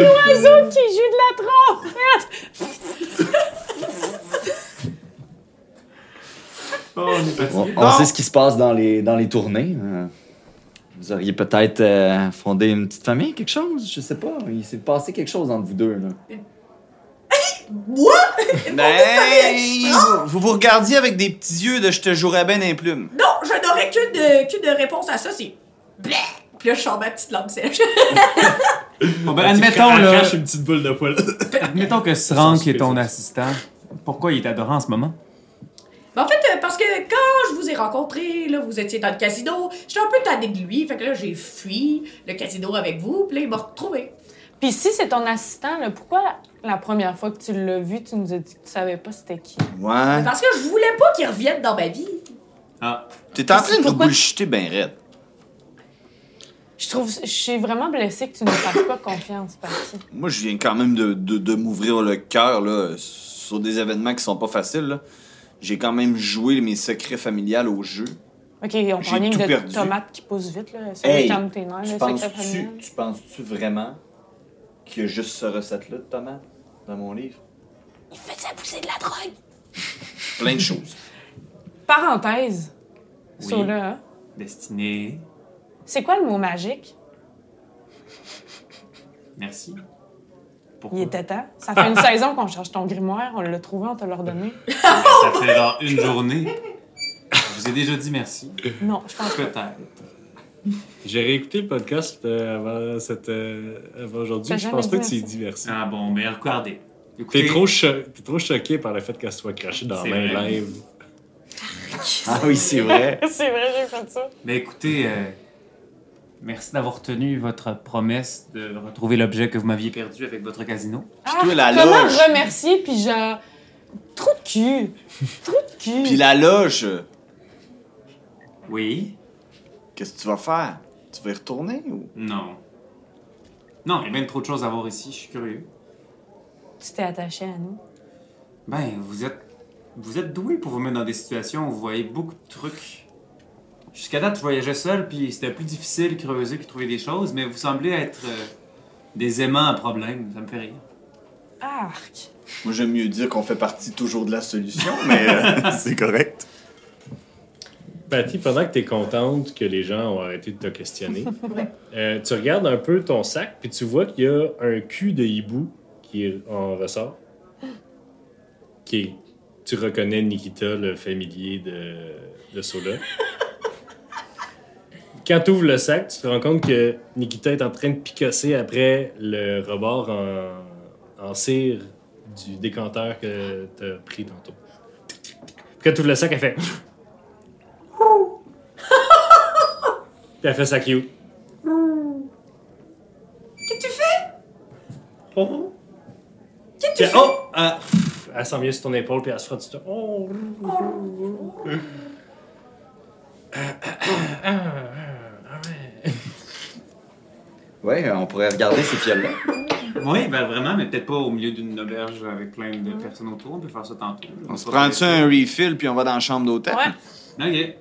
oiseau qui joue de la trompette. Oh, on est fatigué. On, on sait ce qui se passe dans les, dans les tournées. Euh, Vous auriez peut-être euh, fondé une petite famille, quelque chose, je sais pas. Il s'est passé quelque chose entre vous deux. Là. Moi? Ben, vous vous regardiez avec des petits yeux de je te jouerais bien les plumes. Non, je n'aurais qu'une euh, qu'une réponse à ça, c'est blé. Puis là, je sors ma petite lampe sèche. Bon, ben, admettons, Elle là, cache une petite boule de poil. admettons que Srank est ton assistant. Pourquoi il est adorant en ce moment? Mais en fait, euh, parce que quand je vous ai rencontré, là, vous étiez dans le casino, j'étais un peu tannée de lui, fait que là, j'ai fui le casino avec vous, puis là, il m'a retrouvée. Puis si c'est ton assistant, là, pourquoi la première fois que tu l'as vu, tu nous as dit que tu savais pas c'était qui? Ouais. Parce que je voulais pas qu'il revienne dans ma vie. T'es en train de nous Pourquoi- bullshiter ben raide. Je trouve, je suis vraiment blessée que tu ne me fasses pas confiance, Patty. Moi, je viens quand même de, de- de m'ouvrir le cœur là, sur des événements qui sont pas faciles. là. J'ai quand même joué mes secrets familiales au jeu. OK, on J'ai parle rien tout que de perdu. tomates qui poussent vite, là. Ah, Ça Hey, calme tes nerfs, Tu là, secret penses-tu familial. tu penses-tu vraiment qu'il y a juste ce recette-là de tomate dans mon livre? Il faisait pousser de la drogue. Plein de choses. Parenthèse, ça, là, hein? Destiné. c'est quoi le mot magique? Merci. Il Pourquoi? était temps. Ça fait une saison qu'on cherche ton grimoire, on l'a trouvé, on te l'a redonné. Ça fait genre une journée. Je vous ai déjà dit merci. Non, je pense pas. Peut-être. J'ai réécouté le podcast euh, avant, cette, euh, avant aujourd'hui. T'as Je pense jamais pas dit que tu y merci. dis merci. Ah bon, mais regardez. Écoutez, T'es trop, cho- t'es trop choqué par le fait qu'elle se soit crachée dans C'est la main vrai. live. Ah oui, c'est vrai. c'est vrai, j'ai fait ça. Mais écoutez, euh, merci d'avoir tenu votre promesse de retrouver l'objet que vous m'aviez perdu avec votre casino. Ah, toi, la comment loge. remercier, puis genre... Trou de cul! Trou de cul! Puis la loge, euh, Oui. qu'est-ce que tu vas faire? Tu vas y retourner ou? Non. Non, il y a bien trop de choses à voir ici, je suis curieux. Tu t'es attaché à nous. Ben, vous êtes. Vous êtes doué pour vous mettre dans des situations où vous voyez beaucoup de trucs. Jusqu'à date, je voyageais seul, puis c'était plus difficile de creuser que de trouver des choses, mais vous semblez être euh, des aimants à problème, ça me fait rire. Arc! Moi, j'aime mieux dire qu'on fait partie toujours de la solution, mais euh, c'est correct. Patty, pendant que tu es contente que les gens ont arrêté de te questionner, euh, tu regardes un peu ton sac, puis tu vois qu'il y a un cul de hibou qui est en ressort. Qui est- tu reconnais Nikita, le familier de, de Sola. Quand tu ouvres le sac, tu te rends compte que Nikita est en train de picosser après le rebord en, en cire du décanteur que tu as pris tantôt. Quand tu ouvres le sac, elle fait. Puis elle fait ça cute. Qu'est-ce que tu fais? Oh! Qu'est-ce que tu fais? Oh! euh, Ah, pff, elle s'en vient sur ton épaule puis elle se frotte sur toi. Oh! Ouais, on pourrait regarder ces fioles-là. Oui, ben vraiment, mais peut-être pas au milieu d'une auberge avec plein de personnes autour. On peut faire ça tantôt. On se prend-tu un refill puis on va dans la chambre d'hôtel? Ouais. Ok.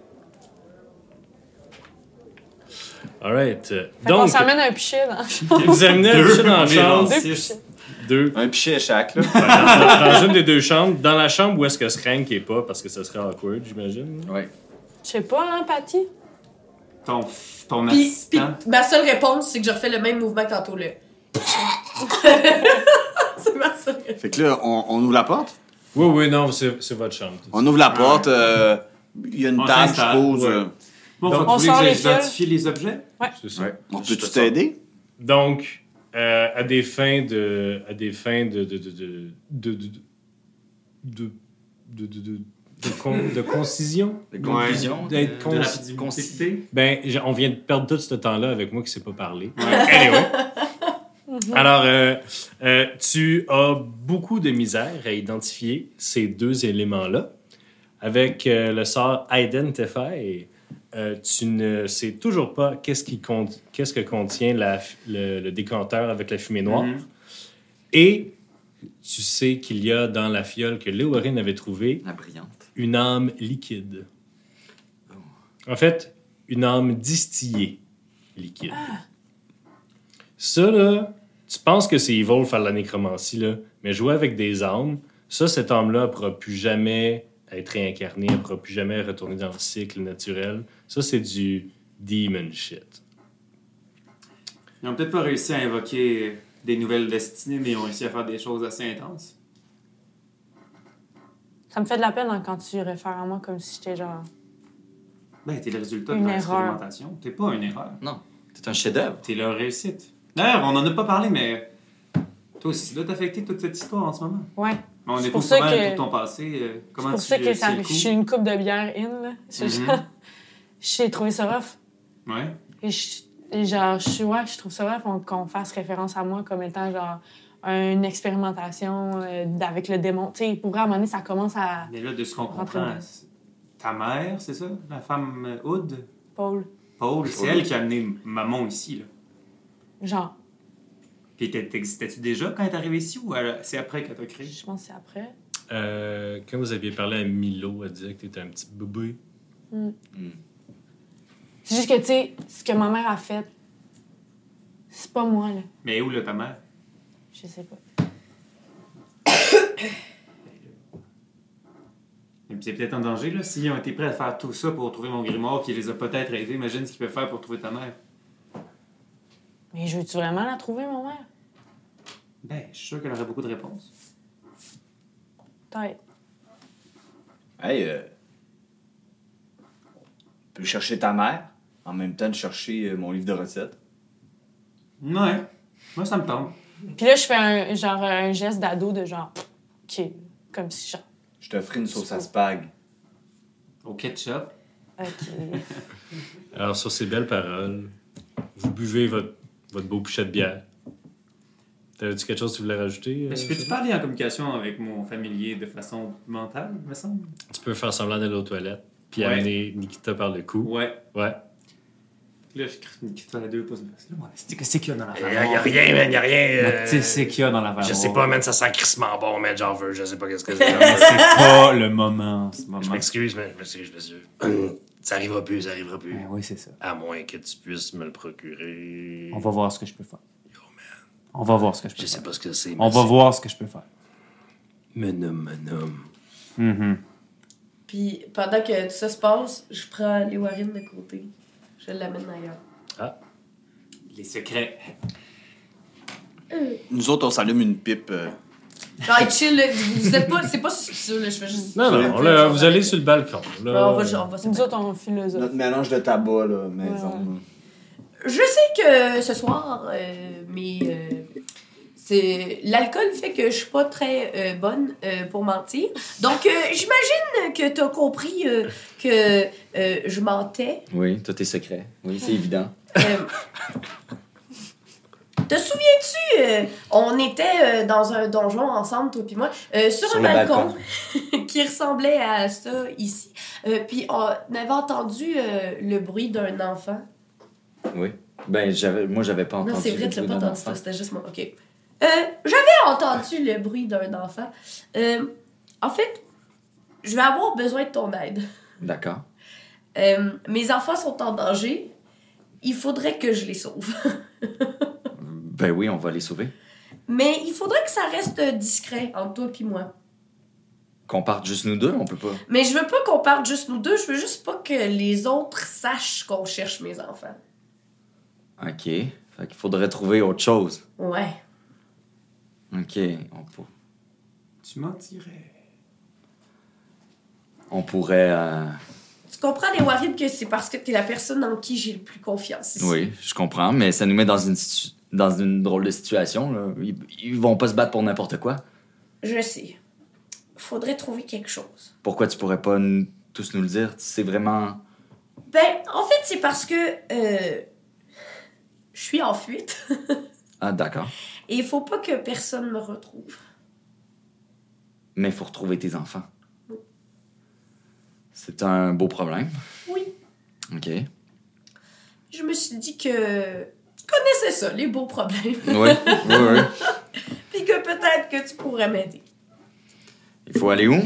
Alright. euh, Fait qu'on Donc, s'emmène un pichet dans... vous amenez un Deux petit dans la premiers chambre. deux Six. pichets. Deux. Un pichet à chaque, là. Dans dans une des deux chambres. Dans la chambre où est-ce que Srank est pas, parce que ça serait awkward, j'imagine. Ouais. Je sais pas, hein, Patty? Ton, ton Puis, puis assistant. ma seule réponse, c'est que je refais le même mouvement que tantôt, là. c'est ma seule réponse. fait que là, on, on ouvre la porte. Oui, oui, non, c'est c'est votre chambre. On Ah. ouvre la porte. euh, Il y a une On table, je s'installe, suppose. ouais. euh, Bon, Donc, faut on que vous sort voulez les que j'identifie les objets? euh, C'est ça. On Je te peut-tu sors. t'aider? Donc, euh, à des fins de. À des fins de. de. de. de. de. de. de. de. de- de- de con- de concision. De Ouais. conclusion, de- D'être con- de la- rapidité? Ben, j'ai- on vient de perdre tout ce temps-là avec moi qui ne sais pas parler. Anyway. Alors, euh, euh, tu as beaucoup de misère à identifier ces deux éléments-là. Avec euh, le sort Identify, euh, tu ne sais toujours pas qu'est-ce qui con- qu'est-ce que contient la f- le, le décanteur avec la fumée noire. Mhm. Et tu sais qu'il y a dans la fiole que Léo Warren avait trouvée La brillante. une âme liquide. En fait, une âme distillée liquide. Ça, là, tu penses que c'est evil faire de la nécromancie, là, mais jouer avec des âmes, ça, cette âme-là, elle pourra plus jamais être réincarnée, elle pourra plus jamais retourner dans le cycle naturel. Ça, c'est du demon shit. Ils ont peut-être pas réussi à invoquer des nouvelles destinées, mais ils ont réussi à faire des choses assez intenses. Ça me fait de la peine hein, quand tu réfères à moi comme si j'étais genre. Ben, t'es le résultat Une de erreur. l'expérimentation. T'es pas une erreur. Non, c'est un chef-d'œuvre. T'es leur réussite. D'ailleurs, on en a pas parlé, mais toi aussi, ça doit t'affecter toute cette histoire en ce moment. Ouais. Mais on C'est est pour pour ça souvent que- tout ton passé. euh, C'est comment pour tu ça que euh, ça- sais le je coup. suis une coupe de bière in, là. C'est Mhm. genre- J'ai trouvé ça rough. Ouais. Et, je- et genre, je, suis- ouais, je trouve ça rough qu'on- qu'on fasse référence à moi comme étant genre une expérimentation euh, avec le démon. Tu sais, pour vrai, à un moment donné, ça commence à. Mais là, de ce qu'on Rentrer comprend, dedans. c'est- ta mère, c'est ça? La femme euh, Hood? Paul, Paul, c'est elle qui a amené m- maman ici, là. genre, Puis t'es- t'existais-tu déjà quand elle est arrivée ici ou elle- c'est après qu'elle t'a créé? je pense que c'est après. Euh, quand vous aviez parlé à Milo, elle disait que t'étais un petit bébé. C'est juste que, tu sais, ce que ma mère a fait, c'est pas moi, là. Mais où, là, ta mère? Je sais pas. Et puis C'est peut-être en danger, là. S'ils ont été prêts à faire tout ça pour trouver mon grimoire qui les a peut-être aidés, imagine ce qu'ils peuvent faire pour trouver ta mère. Mais je veux-tu vraiment la trouver, ma mère? Ben, je suis sûr qu'elle aurait beaucoup de réponses. Peut-être. Hey, euh, on peut chercher ta mère en même temps de chercher euh, mon livre de recettes. Ouais. Moi, ça me tente. Puis là, je fais un, genre, un geste d'ado de genre, OK, comme si genre, Je t'offre une sauce à spag. Au ketchup. OK. Alors, sur ces belles paroles, vous buvez votre, votre beau pichet de bière. T'avais-tu quelque chose que tu voulais rajouter? euh, Mais je peux-tu Sophie? parler en communication avec mon familier de façon mentale, me semble? Tu peux faire semblant d'aller aux toilettes, puis Ouais. amener Nikita par le cou. Ouais. Ouais. Là, je crie Nikita à deux pouces. Là, moi, c'est- qu'est-ce qu'il y a dans la Il famille? n'y a, rien, man, y a rien. euh, Tu sais, c'est qu'il y a dans la Ah, je sais pas, man, ça sent crissement bon, man, j'en veux, je sais pas qu'est-ce que c'est. C'est pas le moment en ce je moment. m'excuse, man, je m'excuse, monsieur. Mm. ça arrivera plus, ça arrivera plus. Ben oui, c'est ça. À moins que tu puisses me le procurer. On va voir ce que je peux faire. On va voir ce que je peux Je faire. sais pas ce que c'est. On va voir ce que je peux faire. Menum, menum. Mhm. Puis pendant que tout ça se passe, je prends les Warren de côté. Je l'amène ailleurs. Les secrets. Nous autres, on s'allume une pipe. euh, Genre, hey, chill, là, vous êtes pas. C'est pas suspicieux, là. Je fais juste. Non, non, là, vous allez sur le balcon. Là, Bon, on va, on va se Nous autres, on philosophe. mélange de tabac, là, Ouais. Je sais que ce soir, euh, mais euh, c'est l'alcool fait que je suis pas très euh, bonne euh, pour mentir. Donc euh, j'imagine que tu as compris euh, que euh, je mentais. Oui, tout est secret. Oui, c'est évident. Euh, te souviens-tu, euh, on était euh, dans un donjon ensemble, toi puis moi, euh, sur, Sur un le balcon, qui ressemblait à ça ici. Euh, puis on avait entendu euh, le bruit d'un enfant. Oui. Ben, j'avais, moi, j'avais pas entendu. Non, c'est vrai, le tu l'as bruit pas d'un entendu, enfant. toi, c'était juste moi. OK. Euh, J'avais entendu le bruit d'un enfant. Euh, en fait, je vais avoir besoin de ton aide. D'accord. Euh, mes enfants sont en danger. Il faudrait que je les sauve. Ben oui, on va les sauver. Mais il faudrait que ça reste discret entre toi et moi. Qu'on parte juste nous deux, on peut pas. Mais je veux pas qu'on parte juste nous deux. Je veux juste pas que les autres sachent qu'on cherche mes enfants. OK. Fait qu'il faudrait trouver autre chose. Ouais. OK. On, pour- Tu mentirais. on pourrait. euh, Tu comprends, les Warren, que c'est parce que t'es la personne en qui j'ai le plus confiance ici. Oui, je comprends, mais ça nous met dans une, situ- dans une drôle de situation. Là. Ils, ils vont pas se battre pour n'importe quoi. Je sais. Faudrait trouver quelque chose. Pourquoi tu pourrais pas nous- tous nous le dire? C'est vraiment... Ben, en fait, c'est parce que euh, je suis en fuite Ah, d'accord. et il faut pas que personne me retrouve. Mais faut retrouver tes enfants. C'est un beau problème. Oui. OK. Je me suis dit que tu connaissais ça, les beaux problèmes, Oui, oui, oui. puis que peut-être que tu pourrais m'aider. Il faut aller où?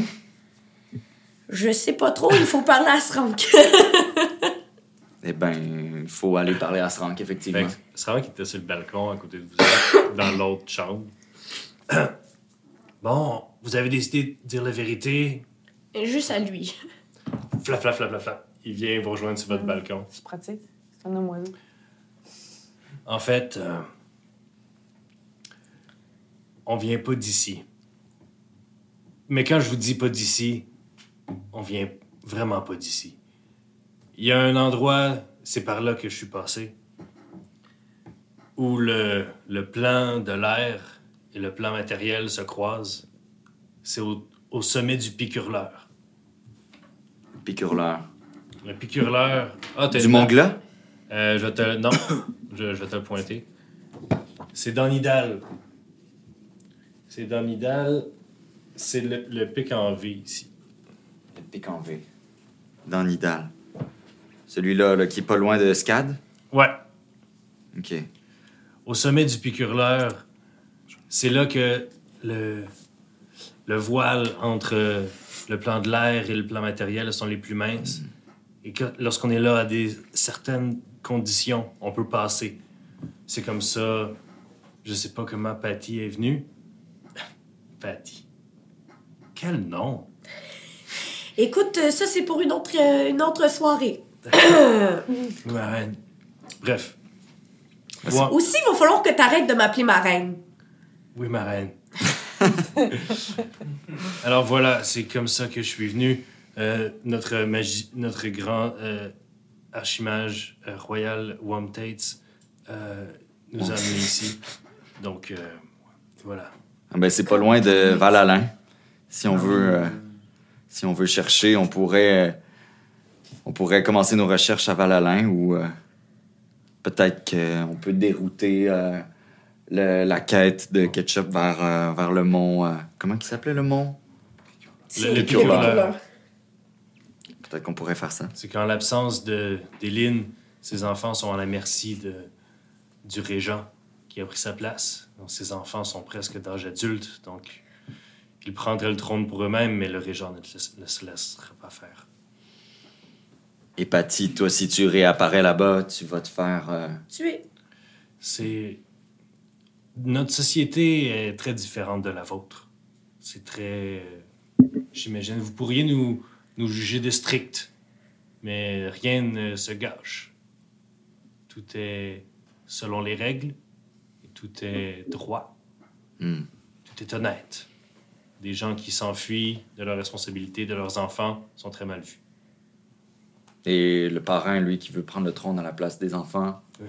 Je sais pas trop, il faut parler à Srank. Eh ben, il faut aller parler à Srank, Fait effectivement. que C'est vrai qu'il était sur le balcon à côté de vous, autres, dans l'autre chambre. bon, vous avez décidé de dire la vérité. Juste à lui. Flap, flap, flap, flap, flap. Il vient vous rejoindre sur votre balcon. C'est pratique. C'est un homme oiseau. En fait, euh, on vient pas d'ici. Mais quand je vous dis pas d'ici, on vient vraiment pas d'ici. Il y a un endroit, c'est par là que je suis passé, où le, le plan de l'air et le plan matériel se croisent. C'est au, au sommet du picurleur. Piqûre-leur. Le picurleur. Ah, t'as Du une- Mont-Glas? Euh, je vais te. Non, je, je vais te le pointer. C'est dans Nidal. C'est dans Nidal. C'est le, le pic en V ici. Le pic en V. Dans Nidal. Celui-là, là, qui est pas loin de Scad? Ouais. OK. Au sommet du picurleur, c'est là que le, le voile entre le plan de l'air et le plan matériel sont les plus minces. Et que lorsqu'on est là à des certaines conditions, on peut passer. C'est comme ça. Je sais pas comment Patty est venue. Patty. Quel nom? Écoute, euh, ça, c'est pour une autre, euh, une autre soirée. Ouais. Bref. Ouais. Aussi, il va falloir que t'arrêtes de m'appeler ma reine. Oui, ma reine. Alors voilà, c'est comme ça que je suis venu. Euh, notre, magi- notre grand euh, archimage euh, royal, Wom Tate, euh, nous a amenés ici. Donc, euh, voilà. Ah ben, c'est pas loin de Val-Alain. Si on veut, euh, si on veut chercher, on pourrait, euh, on pourrait commencer nos recherches à Val-Alain ou euh, peut-être qu'on peut dérouter euh, le- la quête de Ketchup vers, euh, vers le mont. euh, comment il s'appelait le mont Le- C'est- le picurleur. picurleur. Peut-être qu'on pourrait faire ça. C'est qu'en l'absence de, d'Éline, ses enfants sont à la merci de, du régent qui a pris sa place. Donc, ses enfants sont presque d'âge adulte, donc ils prendraient le trône pour eux-mêmes, mais le régent ne, te laisse- ne se laissera pas faire. Et Patty, toi, si tu réapparais là-bas, tu vas te faire. euh, Tu es. C'est. Notre société est très différente de la vôtre. C'est très. J'imagine, vous pourriez nous, nous juger de strict, mais rien ne se gâche. Tout est selon les règles, et tout est droit, hmm. tout est honnête. Des gens qui s'enfuient de leurs responsabilités, de leurs enfants, sont très mal vus. Et le parrain, lui, qui veut prendre le trône à la place des enfants, Oui.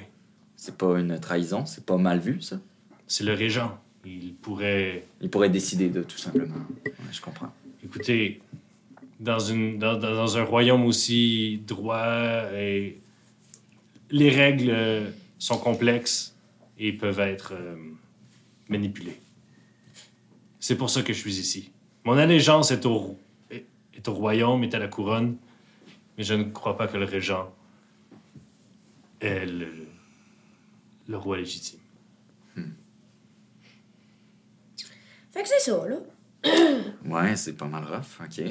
c'est pas une trahison, c'est pas mal vu, ça. C'est le régent. Il pourrait Il pourrait décider de tout simplement. Ouais, je comprends. Écoutez, dans, une, dans, dans- dans un royaume aussi droit, et les règles euh, sont complexes et peuvent être euh, manipulées. C'est pour ça que je suis ici. Mon allégeance est au, ro- est est au royaume, est à la couronne, mais je ne crois pas que le régent est le, le roi légitime. Fait que c'est ça, là. Ouais, c'est pas mal rough, ok.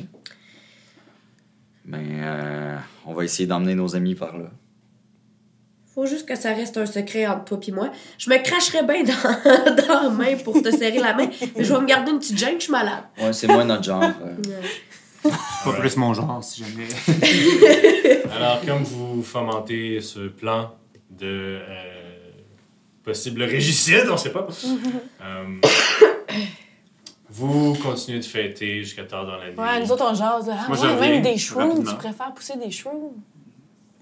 Mais euh, on va essayer d'emmener nos amis par là. Faut juste que ça reste un secret entre toi et moi. Je me cracherais bien dans, dans la main pour te serrer la main, mais je vais me garder une petite gêne, je suis malade. Ouais, c'est moins notre genre. euh. Pas plus mon genre, si jamais. Alors, comme vous fomentez ce plan de euh, possible régicide, on sait pas, euh, vous continuez de fêter jusqu'à tard dans la nuit. Ouais, nous autres, on jase. là. Ah, Moi, ouais, j'en reviens même des shrooms, rapidement. tu préfères pousser des shrooms?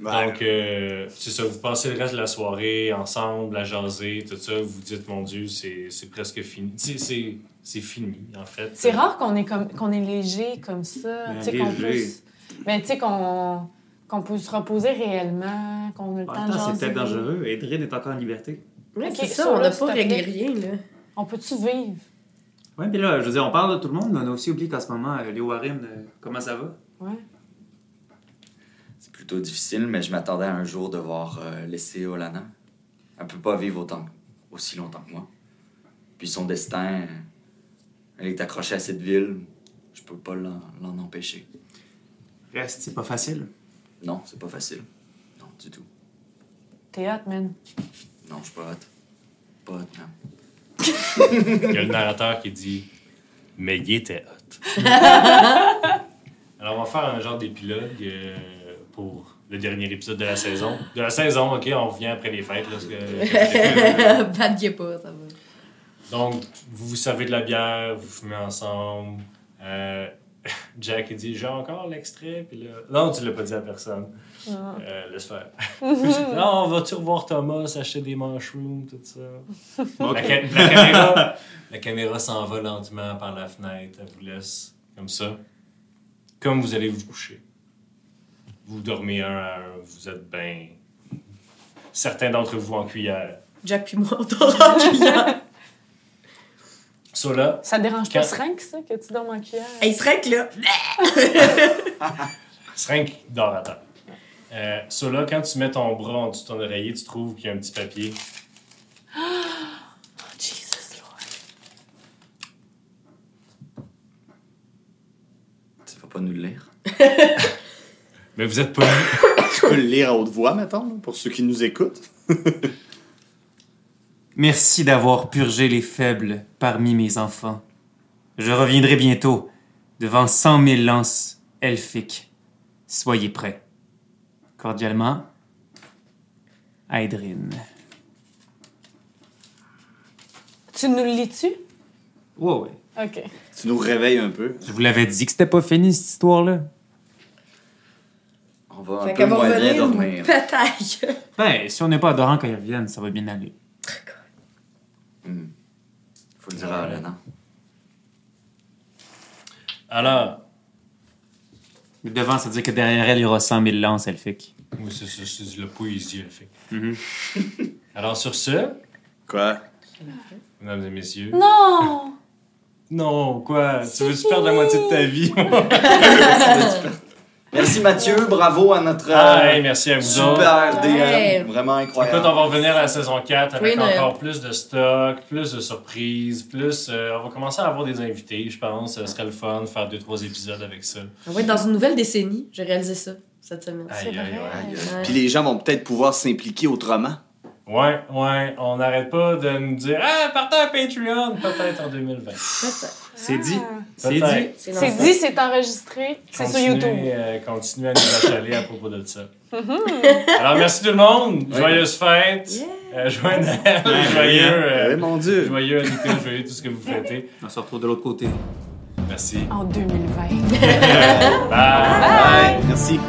Ben, Donc, euh, c'est ça, vous passez le reste de la soirée ensemble, à jaser, tout ça. Vous vous dites, mon Dieu, c'est c'est presque fini. C'est- C'est c'est fini, en fait. C'est rare qu'on est, comme, qu'on est léger comme ça. Ben, tu sais, qu'on léger. peut s- Mais tu sais, qu'on qu'on peut se reposer réellement, qu'on a le En temps même de temps, jaser. c'est peut-être dangereux. Edrid est encore en liberté. Ouais, Ok, c'est ça, ça, on là, n'a pas s'il te réglé plaît. rien, là. On peut-tu vivre? Ouais, puis là, je veux dire, on parle de tout le monde, mais on a aussi oublié qu'en ce moment, euh, les Warren, euh, comment ça va? Ouais. C'est plutôt difficile, mais je m'attendais à un jour devoir euh, laisser Olana. Elle peut pas vivre autant, aussi longtemps que moi. Puis son destin, euh, elle est accrochée à cette ville. Je peux pas l'en l'en empêcher. Reste, c'est pas facile. Non, c'est pas facile. Non, du tout. T'es hot, man. Non, je suis pas hâte. Pas hâte, non. Il y a le narrateur qui dit Mais il était hot. Alors, on va faire un genre d'épilogue euh, pour le dernier épisode de la saison. De la saison, OK, on revient après les fêtes. là, parce euh, que- Euh, Bad pas, ça va. Donc, vous vous servez de la bière, vous fumez ensemble, Euh, Jack, il dit J'ai encore l'extrait. Puis là, non, tu l'as pas dit à personne. Non. Euh, laisse faire. Puis il dit, non, on va-tu revoir Thomas, acheter des mushrooms, tout ça. La, ca- la caméra, la caméra s'en va lentement par la fenêtre. Elle vous laisse comme ça. Comme vous allez vous coucher. Vous dormez un à un. Vous êtes bien. Certains d'entre vous en cuillère. Jack puis moi, on dort en cuillère. Sola, Ça te dérange pas Quand- Srinx, ça, que tu dormes en cuillère? Hey, il serait que là. Srinq dort à terre. Euh, ça, là, quand tu mets ton bras en dessous de ton oreiller, tu trouves qu'il y a un petit papier. Oh, Jesus Lord. Tu vas pas nous le lire? Mais vous êtes pas nus. Tu peux le lire à haute voix, mettons, là, pour ceux qui nous écoutent. Merci d'avoir purgé les faibles parmi mes enfants. Je reviendrai bientôt devant cent mille lances elfiques. Soyez prêts. Cordialement, Aedrin. Tu nous le lis-tu? Ouais, ouais. OK. Tu nous réveilles un peu. Je vous l'avais dit que c'était pas fini, cette histoire-là. On va un Fait peu qu'elle va moins bien revenir une dormir. bataille. Ben, si on n'est pas adorant quand ils reviennent, ça va bien aller. Hmm. Faut le dire à Alana. Alors, Le devant, ça veut dire que derrière elle, il y aura cent mille lances elfiques. oui, c'est ça, c'est de la poésie, elle fait. Alors, sur ce, Quoi? mesdames et messieurs. Non! Non, quoi Tu C'est veux-tu perdre la moitié de ta vie Merci Mathieu, bravo à notre Ah, euh, hey, merci à vous autres. super DM. Ouais. Vraiment Écoute, incroyable. on va revenir à la saison 4 avec Oui, mais- encore plus de stock, plus de surprises, plus. euh, on va commencer à avoir des invités, je pense. Ce serait le fun de faire deux, trois épisodes avec ça. On va être dans une nouvelle décennie. J'ai réalisé ça cette semaine. Aïe, aïe, aïe. Ouais. Puis les gens vont peut-être pouvoir s'impliquer autrement. Ouais, ouais, on n'arrête pas de nous dire Ah, partez un Patreon, peut-être en 2020. C'est dit. Ah. C'est Peut-être. dit. C'est C'est lancé. dit, c'est enregistré, c'est sur Continuez, YouTube. Mhm. euh, continuez à nous achaler à propos de ça. Alors, merci tout le monde. Joyeuses fêtes. Euh, joyeux Noël. joyeux, euh, Eh, mon Dieu! joyeux Hanukkah, joyeux tout ce que vous fêtez. On se retrouve de l'autre côté. Merci. En 2020. Bye. Merci.